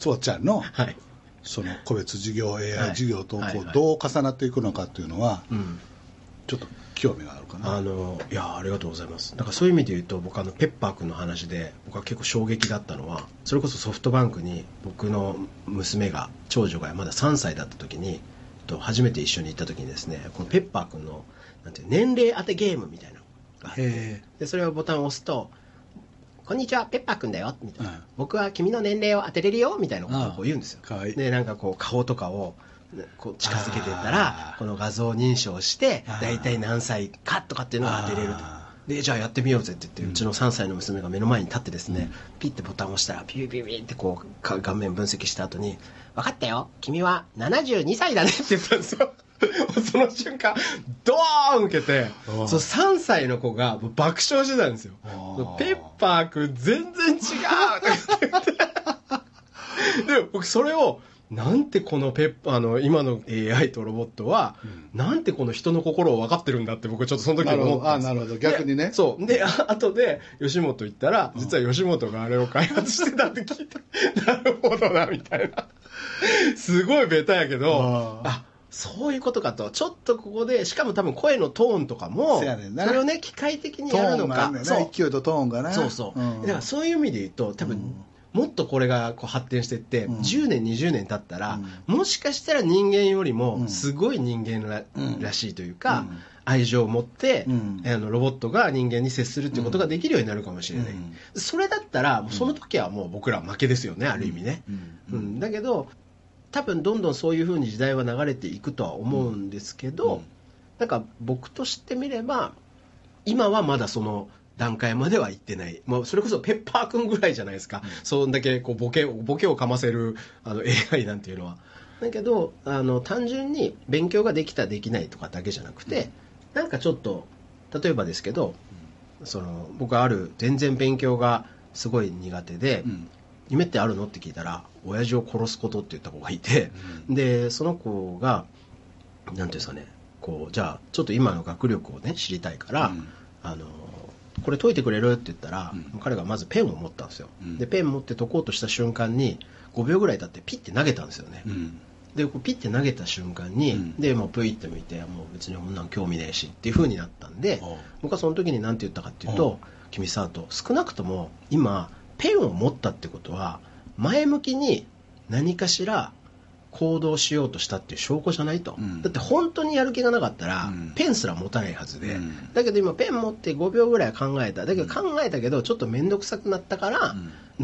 [SPEAKER 2] 坪田ちゃんの
[SPEAKER 3] はい
[SPEAKER 2] その個別事業 AI
[SPEAKER 3] い
[SPEAKER 2] 事業とこ
[SPEAKER 3] はいうはい
[SPEAKER 2] どう重なっていくのかっていうのは
[SPEAKER 3] うん
[SPEAKER 2] ちょっと興味があるかな、
[SPEAKER 3] あのいやありがとうございますだからそういう意味で言うと僕あのペッパー君の話で僕は結構衝撃だったのはそれこそソフトバンクに僕の娘が長女がまだ3歳だった時にと初めて一緒に行った時にですねこのペッパー君のなんていう年齢当てゲームみたいなのがあって
[SPEAKER 2] へ
[SPEAKER 3] でそれをボタンを押すと「こんにちはペッパーくんだよ」みたいな、
[SPEAKER 2] うん
[SPEAKER 3] 僕は君の年齢を当てれるよ」みたいなことをこう言うんですよ
[SPEAKER 2] ああかわいい
[SPEAKER 3] でなんかこう顔とかをねこう近づけてった
[SPEAKER 2] あ
[SPEAKER 3] ら
[SPEAKER 2] あ
[SPEAKER 3] この画像認証して
[SPEAKER 2] ああ
[SPEAKER 3] 大体何歳かとかっていうのが当てれると
[SPEAKER 2] あ
[SPEAKER 3] でじゃあやってみようぜって言って、うちの3歳の娘が目の前に立ってですね、ピッてボタンを押したらピュピュピュってこうか顔面分析した後に「分かったよ君は72歳だね」って言ったんですよ その瞬間ドーン受けて
[SPEAKER 2] ああ
[SPEAKER 3] そう3歳の子がもう爆笑してたんですよ
[SPEAKER 2] ああ
[SPEAKER 3] ペッパーくん全然違うって言って で僕それをなんてこのペッパーの今の AI とロボットは、なんてこの人の心を分かってるんだって僕ちょっとその時思ったんです
[SPEAKER 2] なるほどあなるほど逆にね
[SPEAKER 3] で そうであ後で吉本行ったら実は吉本があれを開発してたって 聞いて、なるほどなみたいなすごいベタやけど
[SPEAKER 2] あ
[SPEAKER 3] あ
[SPEAKER 2] ー
[SPEAKER 3] そういうことかとちょっとここでしかも多分声のトーンとかも
[SPEAKER 2] せやねんな
[SPEAKER 3] れをね機械的に
[SPEAKER 2] ト
[SPEAKER 3] やる
[SPEAKER 2] ー
[SPEAKER 3] の
[SPEAKER 2] ンがあ
[SPEAKER 3] か
[SPEAKER 2] んねんな
[SPEAKER 3] そう
[SPEAKER 2] 勢いとトーンがね
[SPEAKER 3] そうそう、
[SPEAKER 2] ん
[SPEAKER 3] だからそういう意味で言うと多分、もっとこれがこう発展していって、
[SPEAKER 2] うん
[SPEAKER 3] 10年20年経ったら、もしかしたら人間よりもすごい人間ら,、
[SPEAKER 2] うん
[SPEAKER 3] らしいというか、
[SPEAKER 2] うん
[SPEAKER 3] 愛情を持って、
[SPEAKER 2] うん
[SPEAKER 3] あのロボットが人間に接するっていうことができるようになるかもしれない、
[SPEAKER 2] うん
[SPEAKER 3] それだったらもうその時はもう僕ら負けですよねある意味ね、
[SPEAKER 2] うん
[SPEAKER 3] うん、だけど多分どんどんそういうふうに時代は流れていくとは思うんですけど、
[SPEAKER 2] うん
[SPEAKER 3] なんか僕としてみれば今はまだその段階までは行ってない、まあ、それこそペッパーくんぐらいじゃないですか、そんだけこうボケをボケをかませるあの AI なんていうのは。だけどあの単純に勉強ができたできないとかだけじゃなくて、なんかちょっと例えばですけど、その僕ある全然勉強がすごい苦手で。
[SPEAKER 2] うん
[SPEAKER 3] 夢ってあるのって聞いたら親父を殺すことって言った子がいて、でその子がなんていうんですかねこうじゃあちょっと今の学力をね知りたいから、
[SPEAKER 2] うん
[SPEAKER 3] あのこれ解いてくれるって言ったら、
[SPEAKER 2] うん
[SPEAKER 3] 彼がまずペンを持ったんですよ、
[SPEAKER 2] うん
[SPEAKER 3] でペン持って解こうとした瞬間に5秒ぐらい経ってピッて投げたんですよね、
[SPEAKER 2] うん
[SPEAKER 3] でこうピッて投げた瞬間に、
[SPEAKER 2] うん
[SPEAKER 3] でもうプイって向いてもう別にこんなん興味ねえしっていう風になったんで
[SPEAKER 2] おう
[SPEAKER 3] 僕はその時に何て言ったかっていうと「君さ」と少なくとも今ペンを持ったってことは前向きに何かしら行動しようとしたっていう証拠じゃないと、
[SPEAKER 2] うん
[SPEAKER 3] だって本当にやる気がなかったら、
[SPEAKER 2] うん
[SPEAKER 3] ペンすら持たないはずで、
[SPEAKER 2] うん
[SPEAKER 3] だけど今ペン持って5秒ぐらいは考えただけど考えたけどちょっと面倒くさくなったから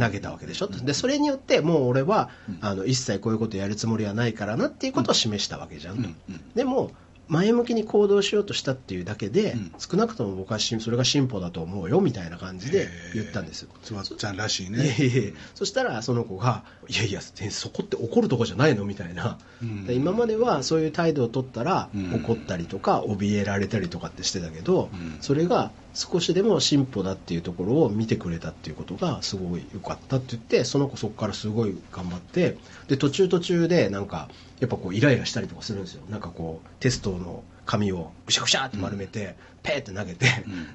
[SPEAKER 3] 投げたわけでしょ、でそれによってもう俺は、あの一切こういうことやるつもりはないからなっていうことを示したわけじゃんと、
[SPEAKER 2] うんうん
[SPEAKER 3] でも前向きに行動しようとしたっていうだけで、
[SPEAKER 2] うん
[SPEAKER 3] 少なくとも僕はしそれが進歩だと思うよみたいな感じで言ったんですよ
[SPEAKER 2] つばっちゃんらしい
[SPEAKER 3] いやいや
[SPEAKER 2] ね
[SPEAKER 3] いやそしたらその子が「いやいやそこって怒るとこじゃないの?」みたいな、
[SPEAKER 2] うん
[SPEAKER 3] で今まではそういう態度を取ったら、
[SPEAKER 2] うん
[SPEAKER 3] 怒ったりとか怯えられたりとかってしてたけど、
[SPEAKER 2] うん
[SPEAKER 3] それが少しでも進歩だっていうところを見てくれたっていうことがすごい良かったって言ってその子そこからすごい頑張ってで途中途中でなんかやっぱこうイライラしたりとかするんですよなんかこうテストの紙をぐしゃぐしゃって丸めて、ペーって投げて、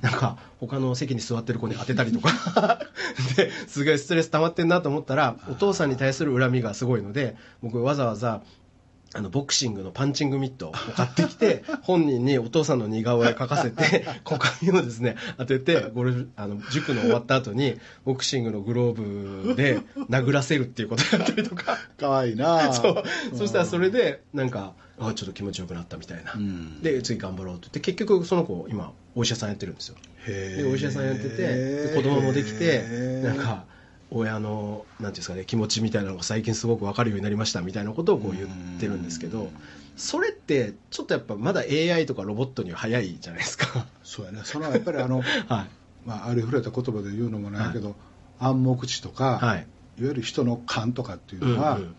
[SPEAKER 3] なんか他の席に座ってる子に当てたりとか ですごいストレス溜まってんなと思ったらお父さんに対する恨みがすごいので僕わざわざあのボクシングのパンチングミットを買って きて本人にお父さんの似顔絵描かせて股間をですね当ててゴルフあの塾の終わった後にボクシングのグローブで殴らせるっていうことだったりと か
[SPEAKER 2] かわいいな
[SPEAKER 3] そうそしたらそれでなんかあちょっと気持ちよくなったみたいな、
[SPEAKER 2] うん
[SPEAKER 3] で次頑張ろうって言って結局その子今お医者さんやってるんですよ
[SPEAKER 2] で
[SPEAKER 3] でお医者さんやっててで子供もできてなんか親のなんていうんですかね気持ちみたいなのが最近すごく分かるようになりましたみたいなことをこう言ってるんですけ
[SPEAKER 2] う
[SPEAKER 3] ど
[SPEAKER 2] ん
[SPEAKER 3] それってちょっとやっぱまだ AI とかロボットには早いじゃないですか
[SPEAKER 2] そうやねそのやっぱりあの、
[SPEAKER 3] は
[SPEAKER 2] まあ、ありふれた言葉で言うのもないけど、暗黙知と
[SPEAKER 3] い
[SPEAKER 2] か、、
[SPEAKER 3] はいい
[SPEAKER 2] わゆる人の勘とかっていう
[SPEAKER 3] うんう
[SPEAKER 2] のは、
[SPEAKER 3] ん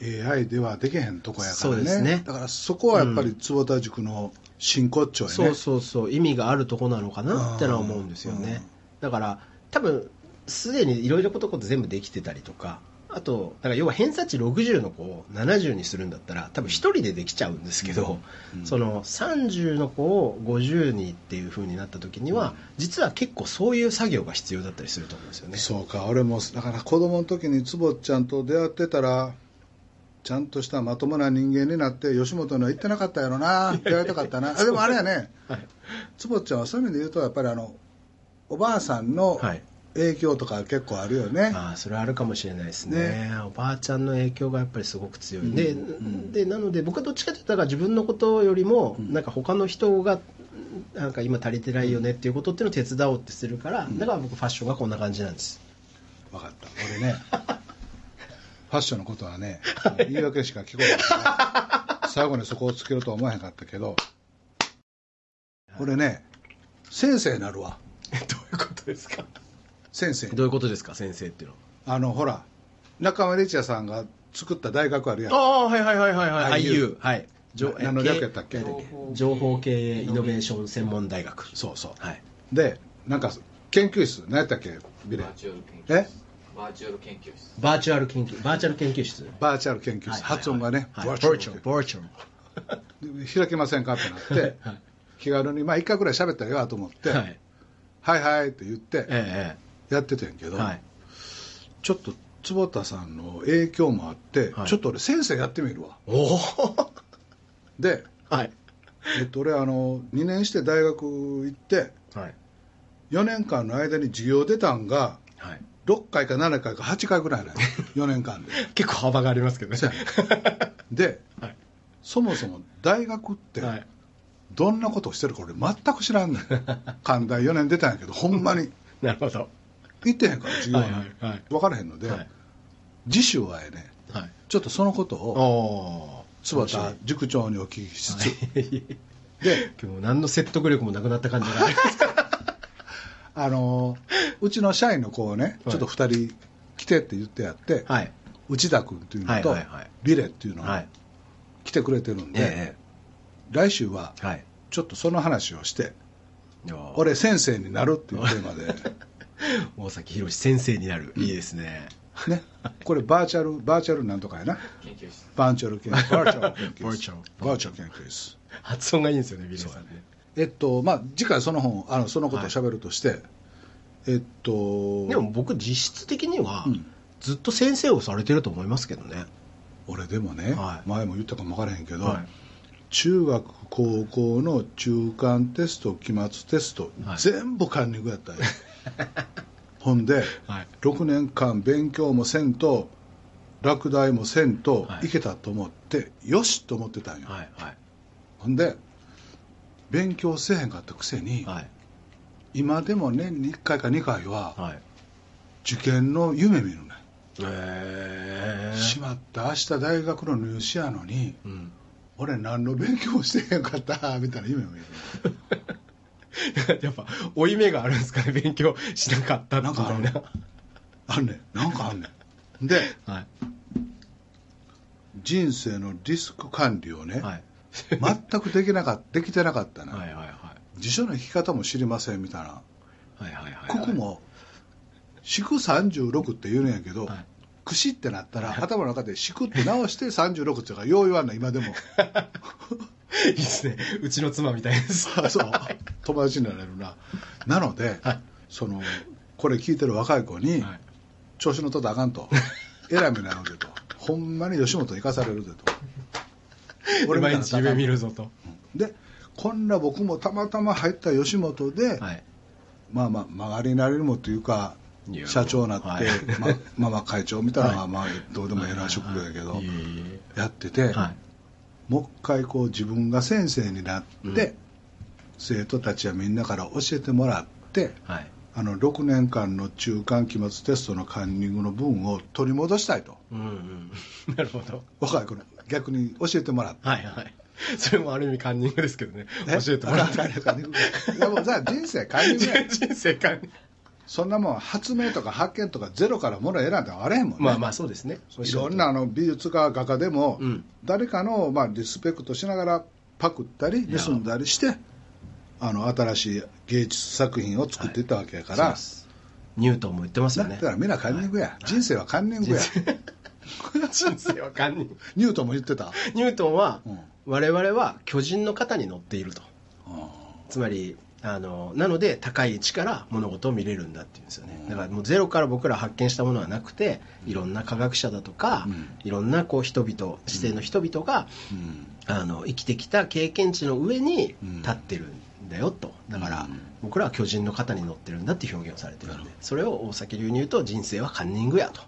[SPEAKER 2] AI ではできへんとこやから
[SPEAKER 3] そう
[SPEAKER 2] ね
[SPEAKER 3] ですね
[SPEAKER 2] だからそこはやっぱり坪田塾の真骨頂やね
[SPEAKER 3] そうそうそう意味があるとこなのかなってのは思うんですよねだから多分すでにいろいろことこと全部できてたりとかあとだから要は偏差値60の子を70にするんだったら多分1人でできちゃうんですけど、
[SPEAKER 2] うん
[SPEAKER 3] その30の子を50にっていう風になった時には、実は結構そういう作業が必要だったりすると思うんですよね
[SPEAKER 2] そうか俺もだから子供の時に坪ちゃんと出会ってたらちゃんとしたまともな人間になって吉本には行ってなかったやろ な出会いたかったなあでもあれやね
[SPEAKER 3] はい
[SPEAKER 2] 坪ちゃんはそういう意味で言うとやっぱりあのおばあさんの
[SPEAKER 3] はい
[SPEAKER 2] 影響とか結構あるよね、
[SPEAKER 3] ああそれはあるかもしれないですね
[SPEAKER 2] ね
[SPEAKER 3] おばあちゃんの影響がやっぱりすごく強い、
[SPEAKER 2] うん
[SPEAKER 3] で
[SPEAKER 2] うん
[SPEAKER 3] でなので僕はどっちかというとだから自分のことよりも、
[SPEAKER 2] うん
[SPEAKER 3] なんか他の人がなんか今足りてないよねっていうことっていうのを手伝おうってするから、だから僕ファッションがこんな感じなんです
[SPEAKER 2] 分かった俺 ねファッションのことはね言い訳しか聞こえないから最後にそこをつけるとは思わへんかったけど俺ね先生になるわ
[SPEAKER 3] え どういうことですか
[SPEAKER 2] 先生
[SPEAKER 3] どういうことですか先生っていうの
[SPEAKER 2] あのほら中村律也さんが作った大学あるやん
[SPEAKER 3] ああはいはいはいはいはい
[SPEAKER 2] IU
[SPEAKER 3] IU はい情
[SPEAKER 2] な何の略やったっけ
[SPEAKER 3] えー情報経営イノベーション専門大学
[SPEAKER 2] そうそう
[SPEAKER 3] はい
[SPEAKER 2] でなんか研究室何やったっけビレ
[SPEAKER 4] バーチュアル研究
[SPEAKER 2] え
[SPEAKER 4] 室。バーチュアル研究室。
[SPEAKER 3] バーチュアル研究バーチャル研究室
[SPEAKER 2] バーチャル研究室、
[SPEAKER 3] はい
[SPEAKER 2] 発音がね、
[SPEAKER 3] はい
[SPEAKER 2] バ
[SPEAKER 3] バ
[SPEAKER 2] ーチャル
[SPEAKER 3] ーチャルバーチャル
[SPEAKER 2] で開けませんかってな って、気軽にまあ1回ぐらい喋ったらええわと思って、
[SPEAKER 3] は
[SPEAKER 2] はい、
[SPEAKER 3] い
[SPEAKER 2] はいって言って
[SPEAKER 3] え
[SPEAKER 2] やってたんやけ
[SPEAKER 3] え
[SPEAKER 2] ど、
[SPEAKER 3] はい
[SPEAKER 2] ちょっと坪田さんの影響もあって、
[SPEAKER 3] はい
[SPEAKER 2] ちょっと俺先生やってみるわ
[SPEAKER 3] おお
[SPEAKER 2] で、
[SPEAKER 3] はい
[SPEAKER 2] えっと、俺あの2年して大学行って
[SPEAKER 3] はい
[SPEAKER 2] 4年間の間に授業出たんが
[SPEAKER 3] はい
[SPEAKER 2] 6回か7回か8回ぐらい なんよ4年間で
[SPEAKER 3] 結構幅がありますけどね
[SPEAKER 2] そうやで、
[SPEAKER 3] はい
[SPEAKER 2] そもそも大学って
[SPEAKER 3] はい
[SPEAKER 2] どんなことをしてるか俺全く知らんねん関大4年出たんやけどほんまに
[SPEAKER 3] なるほど
[SPEAKER 2] 行ってへんから授業に、
[SPEAKER 3] はいはいはい
[SPEAKER 2] 分からへんので、
[SPEAKER 3] はい
[SPEAKER 2] 次週はやね
[SPEAKER 3] はい
[SPEAKER 2] ちょっとそのことを
[SPEAKER 3] お
[SPEAKER 2] 坪田塾長にお聞きしつつ、
[SPEAKER 3] で今日何の説得力もなくなった感じが
[SPEAKER 2] あのーうちの社員の子をね、
[SPEAKER 3] はい
[SPEAKER 2] ちょっと2人来てって言ってやって、
[SPEAKER 3] はい
[SPEAKER 2] 内田君っていうのと、
[SPEAKER 3] はいはいはい
[SPEAKER 2] ビレっていうの
[SPEAKER 3] は
[SPEAKER 2] が
[SPEAKER 3] い
[SPEAKER 2] 来てくれてるんで、
[SPEAKER 3] え
[SPEAKER 2] 来週は
[SPEAKER 3] えはい
[SPEAKER 2] ちょっとその話をして、
[SPEAKER 3] いやー
[SPEAKER 2] 俺先生になるっていうテーマで。
[SPEAKER 3] 大崎宏先生になるいいですね
[SPEAKER 2] ね、これバーチャル、バーチャルなんとかやな。
[SPEAKER 4] 研究室。
[SPEAKER 2] バーチャル研究バーチャル研究
[SPEAKER 3] バー
[SPEAKER 2] 室
[SPEAKER 3] チャル
[SPEAKER 2] バーチャル研究室
[SPEAKER 3] 発音がいいんですよねビルさんね
[SPEAKER 2] えっと、まあ、次回その本、あの、そのことを喋るとして、えっと、
[SPEAKER 3] でも僕実質的には
[SPEAKER 2] うん
[SPEAKER 3] ずっと先生をされてると思いますけどね
[SPEAKER 2] 俺でもね、
[SPEAKER 3] はい
[SPEAKER 2] 前も言ったかもわからへんけど、
[SPEAKER 3] はい
[SPEAKER 2] 中学、高校の中間テスト、期末テスト、
[SPEAKER 3] はい
[SPEAKER 2] 全部カンニングや ったよ。ほんで、
[SPEAKER 3] はい
[SPEAKER 2] 6年間勉強もせんと、落第もせんと
[SPEAKER 3] は
[SPEAKER 2] い
[SPEAKER 3] い
[SPEAKER 2] けたと思って、よしと思ってたんよ、
[SPEAKER 3] はいはい
[SPEAKER 2] ほんで勉強せえへんかったくせに、
[SPEAKER 3] はい
[SPEAKER 2] 今でも年に1回か2回は
[SPEAKER 3] はい
[SPEAKER 2] 受験の夢見るね、
[SPEAKER 3] へ
[SPEAKER 2] しまった明日大学の入試やのに
[SPEAKER 3] うん、
[SPEAKER 2] 俺何の勉強もしてへんかったみたいな夢を見る
[SPEAKER 3] やっぱ負い目があるんですかね勉強しなかったっていうのは
[SPEAKER 2] なんかあんねんなんかあんねんで
[SPEAKER 3] は
[SPEAKER 2] 人生のリスク管理をね、
[SPEAKER 3] いはい
[SPEAKER 2] 全くできなかったで きてなかったな、
[SPEAKER 3] はいはいはい
[SPEAKER 2] 辞書の引き方も知りませんみたいな、
[SPEAKER 3] はいはいはい
[SPEAKER 2] ここも四苦36って言うんやけど、
[SPEAKER 3] はい
[SPEAKER 2] くしってなったら頭の中で四苦って直して36っていうからよう言わんない今で も
[SPEAKER 3] いいですねうちの妻みたいです
[SPEAKER 2] あ そう友達になれるななので、
[SPEAKER 3] はい
[SPEAKER 2] そのこれ聞いてる若い子に、
[SPEAKER 3] はい
[SPEAKER 2] 調子のとったらあかん とえらい目になるでとほんまに吉本行かされるでと
[SPEAKER 3] 俺
[SPEAKER 2] みたい
[SPEAKER 3] 毎
[SPEAKER 2] な
[SPEAKER 3] 日夢見るぞと
[SPEAKER 2] でこんな僕もたまたま入った吉本で、
[SPEAKER 3] はい
[SPEAKER 2] まあまあ曲がりなりにもというか
[SPEAKER 3] いや
[SPEAKER 2] 社長になって、
[SPEAKER 3] はい
[SPEAKER 2] まあまあまあ会長みたいなのはまあどうでもええな職業やけど、
[SPEAKER 3] いえいえ
[SPEAKER 2] やってて、
[SPEAKER 3] はい
[SPEAKER 2] もう一回こう自分が先生になって、
[SPEAKER 3] うん
[SPEAKER 2] 生徒たちはみんなから教えてもらって
[SPEAKER 3] はい
[SPEAKER 2] あの6年間の中間期末テストのカンニングの分を取り戻したいと
[SPEAKER 3] うん うんなるほど
[SPEAKER 2] 若い子に逆に教えてもらって。
[SPEAKER 3] はいはいそれもある意味カンニングですけどね
[SPEAKER 2] え
[SPEAKER 3] 教えてもら っ
[SPEAKER 2] あ
[SPEAKER 3] た
[SPEAKER 2] らカンニングいやもうじゃあ人生カンニングや
[SPEAKER 3] 人生観
[SPEAKER 2] そんなもん発明とか発見とかゼロからもの選んではあれへんもんね、
[SPEAKER 3] まあまあそうですね
[SPEAKER 2] いろんなあの美術家画家でも、
[SPEAKER 3] うん
[SPEAKER 2] 誰かのまあリスペクトしながらパクったり
[SPEAKER 3] や
[SPEAKER 2] 盗んだりしてあの新しい芸術作品を作っていったわけやから、
[SPEAKER 3] そうですニュートンも言ってます
[SPEAKER 2] だ
[SPEAKER 3] よ
[SPEAKER 2] か
[SPEAKER 3] ね
[SPEAKER 2] らみんなカンニングや、人生はカンニングや
[SPEAKER 3] 人人生はカンニング
[SPEAKER 2] ニュートンも言って た、
[SPEAKER 3] ニュートンは、
[SPEAKER 2] うん
[SPEAKER 3] 我々は巨人の肩に乗っているとつまりあのなので高い位置から物事を見れるんだっていうんですよねだからもうゼロから僕ら発見したものはなくていろんな科学者だとか、
[SPEAKER 2] うん
[SPEAKER 3] いろんなこう人々知性の人々が、
[SPEAKER 2] うん
[SPEAKER 3] あの生きてきた経験値の上に立ってるんだよとだから、
[SPEAKER 2] うん
[SPEAKER 3] 僕らは巨人の肩に乗ってるんだっていう表現をされてるんでそれを大崎流に言うと人生はカンニング やと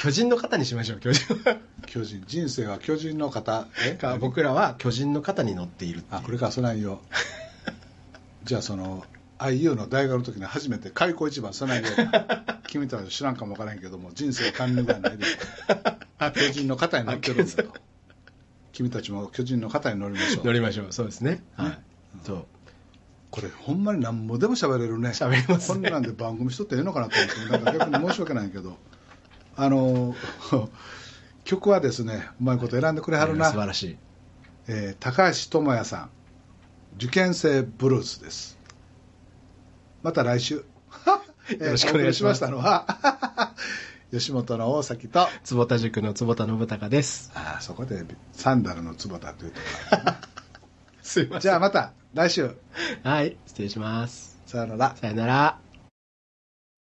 [SPEAKER 3] 巨人の肩にしましょう巨人
[SPEAKER 2] 巨人人生は巨人の方え
[SPEAKER 3] か僕らは巨人の肩に乗っているってい
[SPEAKER 2] あ
[SPEAKER 3] う
[SPEAKER 2] これかそないよ じゃあその IU の大学の時に初めて開口一番そ ないよ君たちは知らんかもわからんけども人生はカンニン グやないです巨人の肩に乗ってるんだと君たちも巨人の肩に乗りましょ
[SPEAKER 3] 乗
[SPEAKER 2] う
[SPEAKER 3] りましょうそうですねはい、そう
[SPEAKER 2] これほんまに何もでも喋れるね
[SPEAKER 3] 喋れます
[SPEAKER 2] こ
[SPEAKER 3] ね
[SPEAKER 2] んなんで番組しとってええのかなと思ってなんか逆に申し訳ないけどあの 曲はですねうまいこと選んでくれはるな、
[SPEAKER 3] 素晴らしい
[SPEAKER 2] えー高橋智也さん受験生ブルースですまた来週 よ
[SPEAKER 3] よろしくお願いします
[SPEAKER 2] したのは 吉本の大崎とあ
[SPEAKER 3] 坪田塾の坪田信孝です
[SPEAKER 2] ーそこでサンダルの坪田というとこ
[SPEAKER 3] すいま
[SPEAKER 2] ろじ
[SPEAKER 3] せん
[SPEAKER 2] ゃあまた来週
[SPEAKER 3] はい失礼します
[SPEAKER 2] さよなら
[SPEAKER 3] さよなら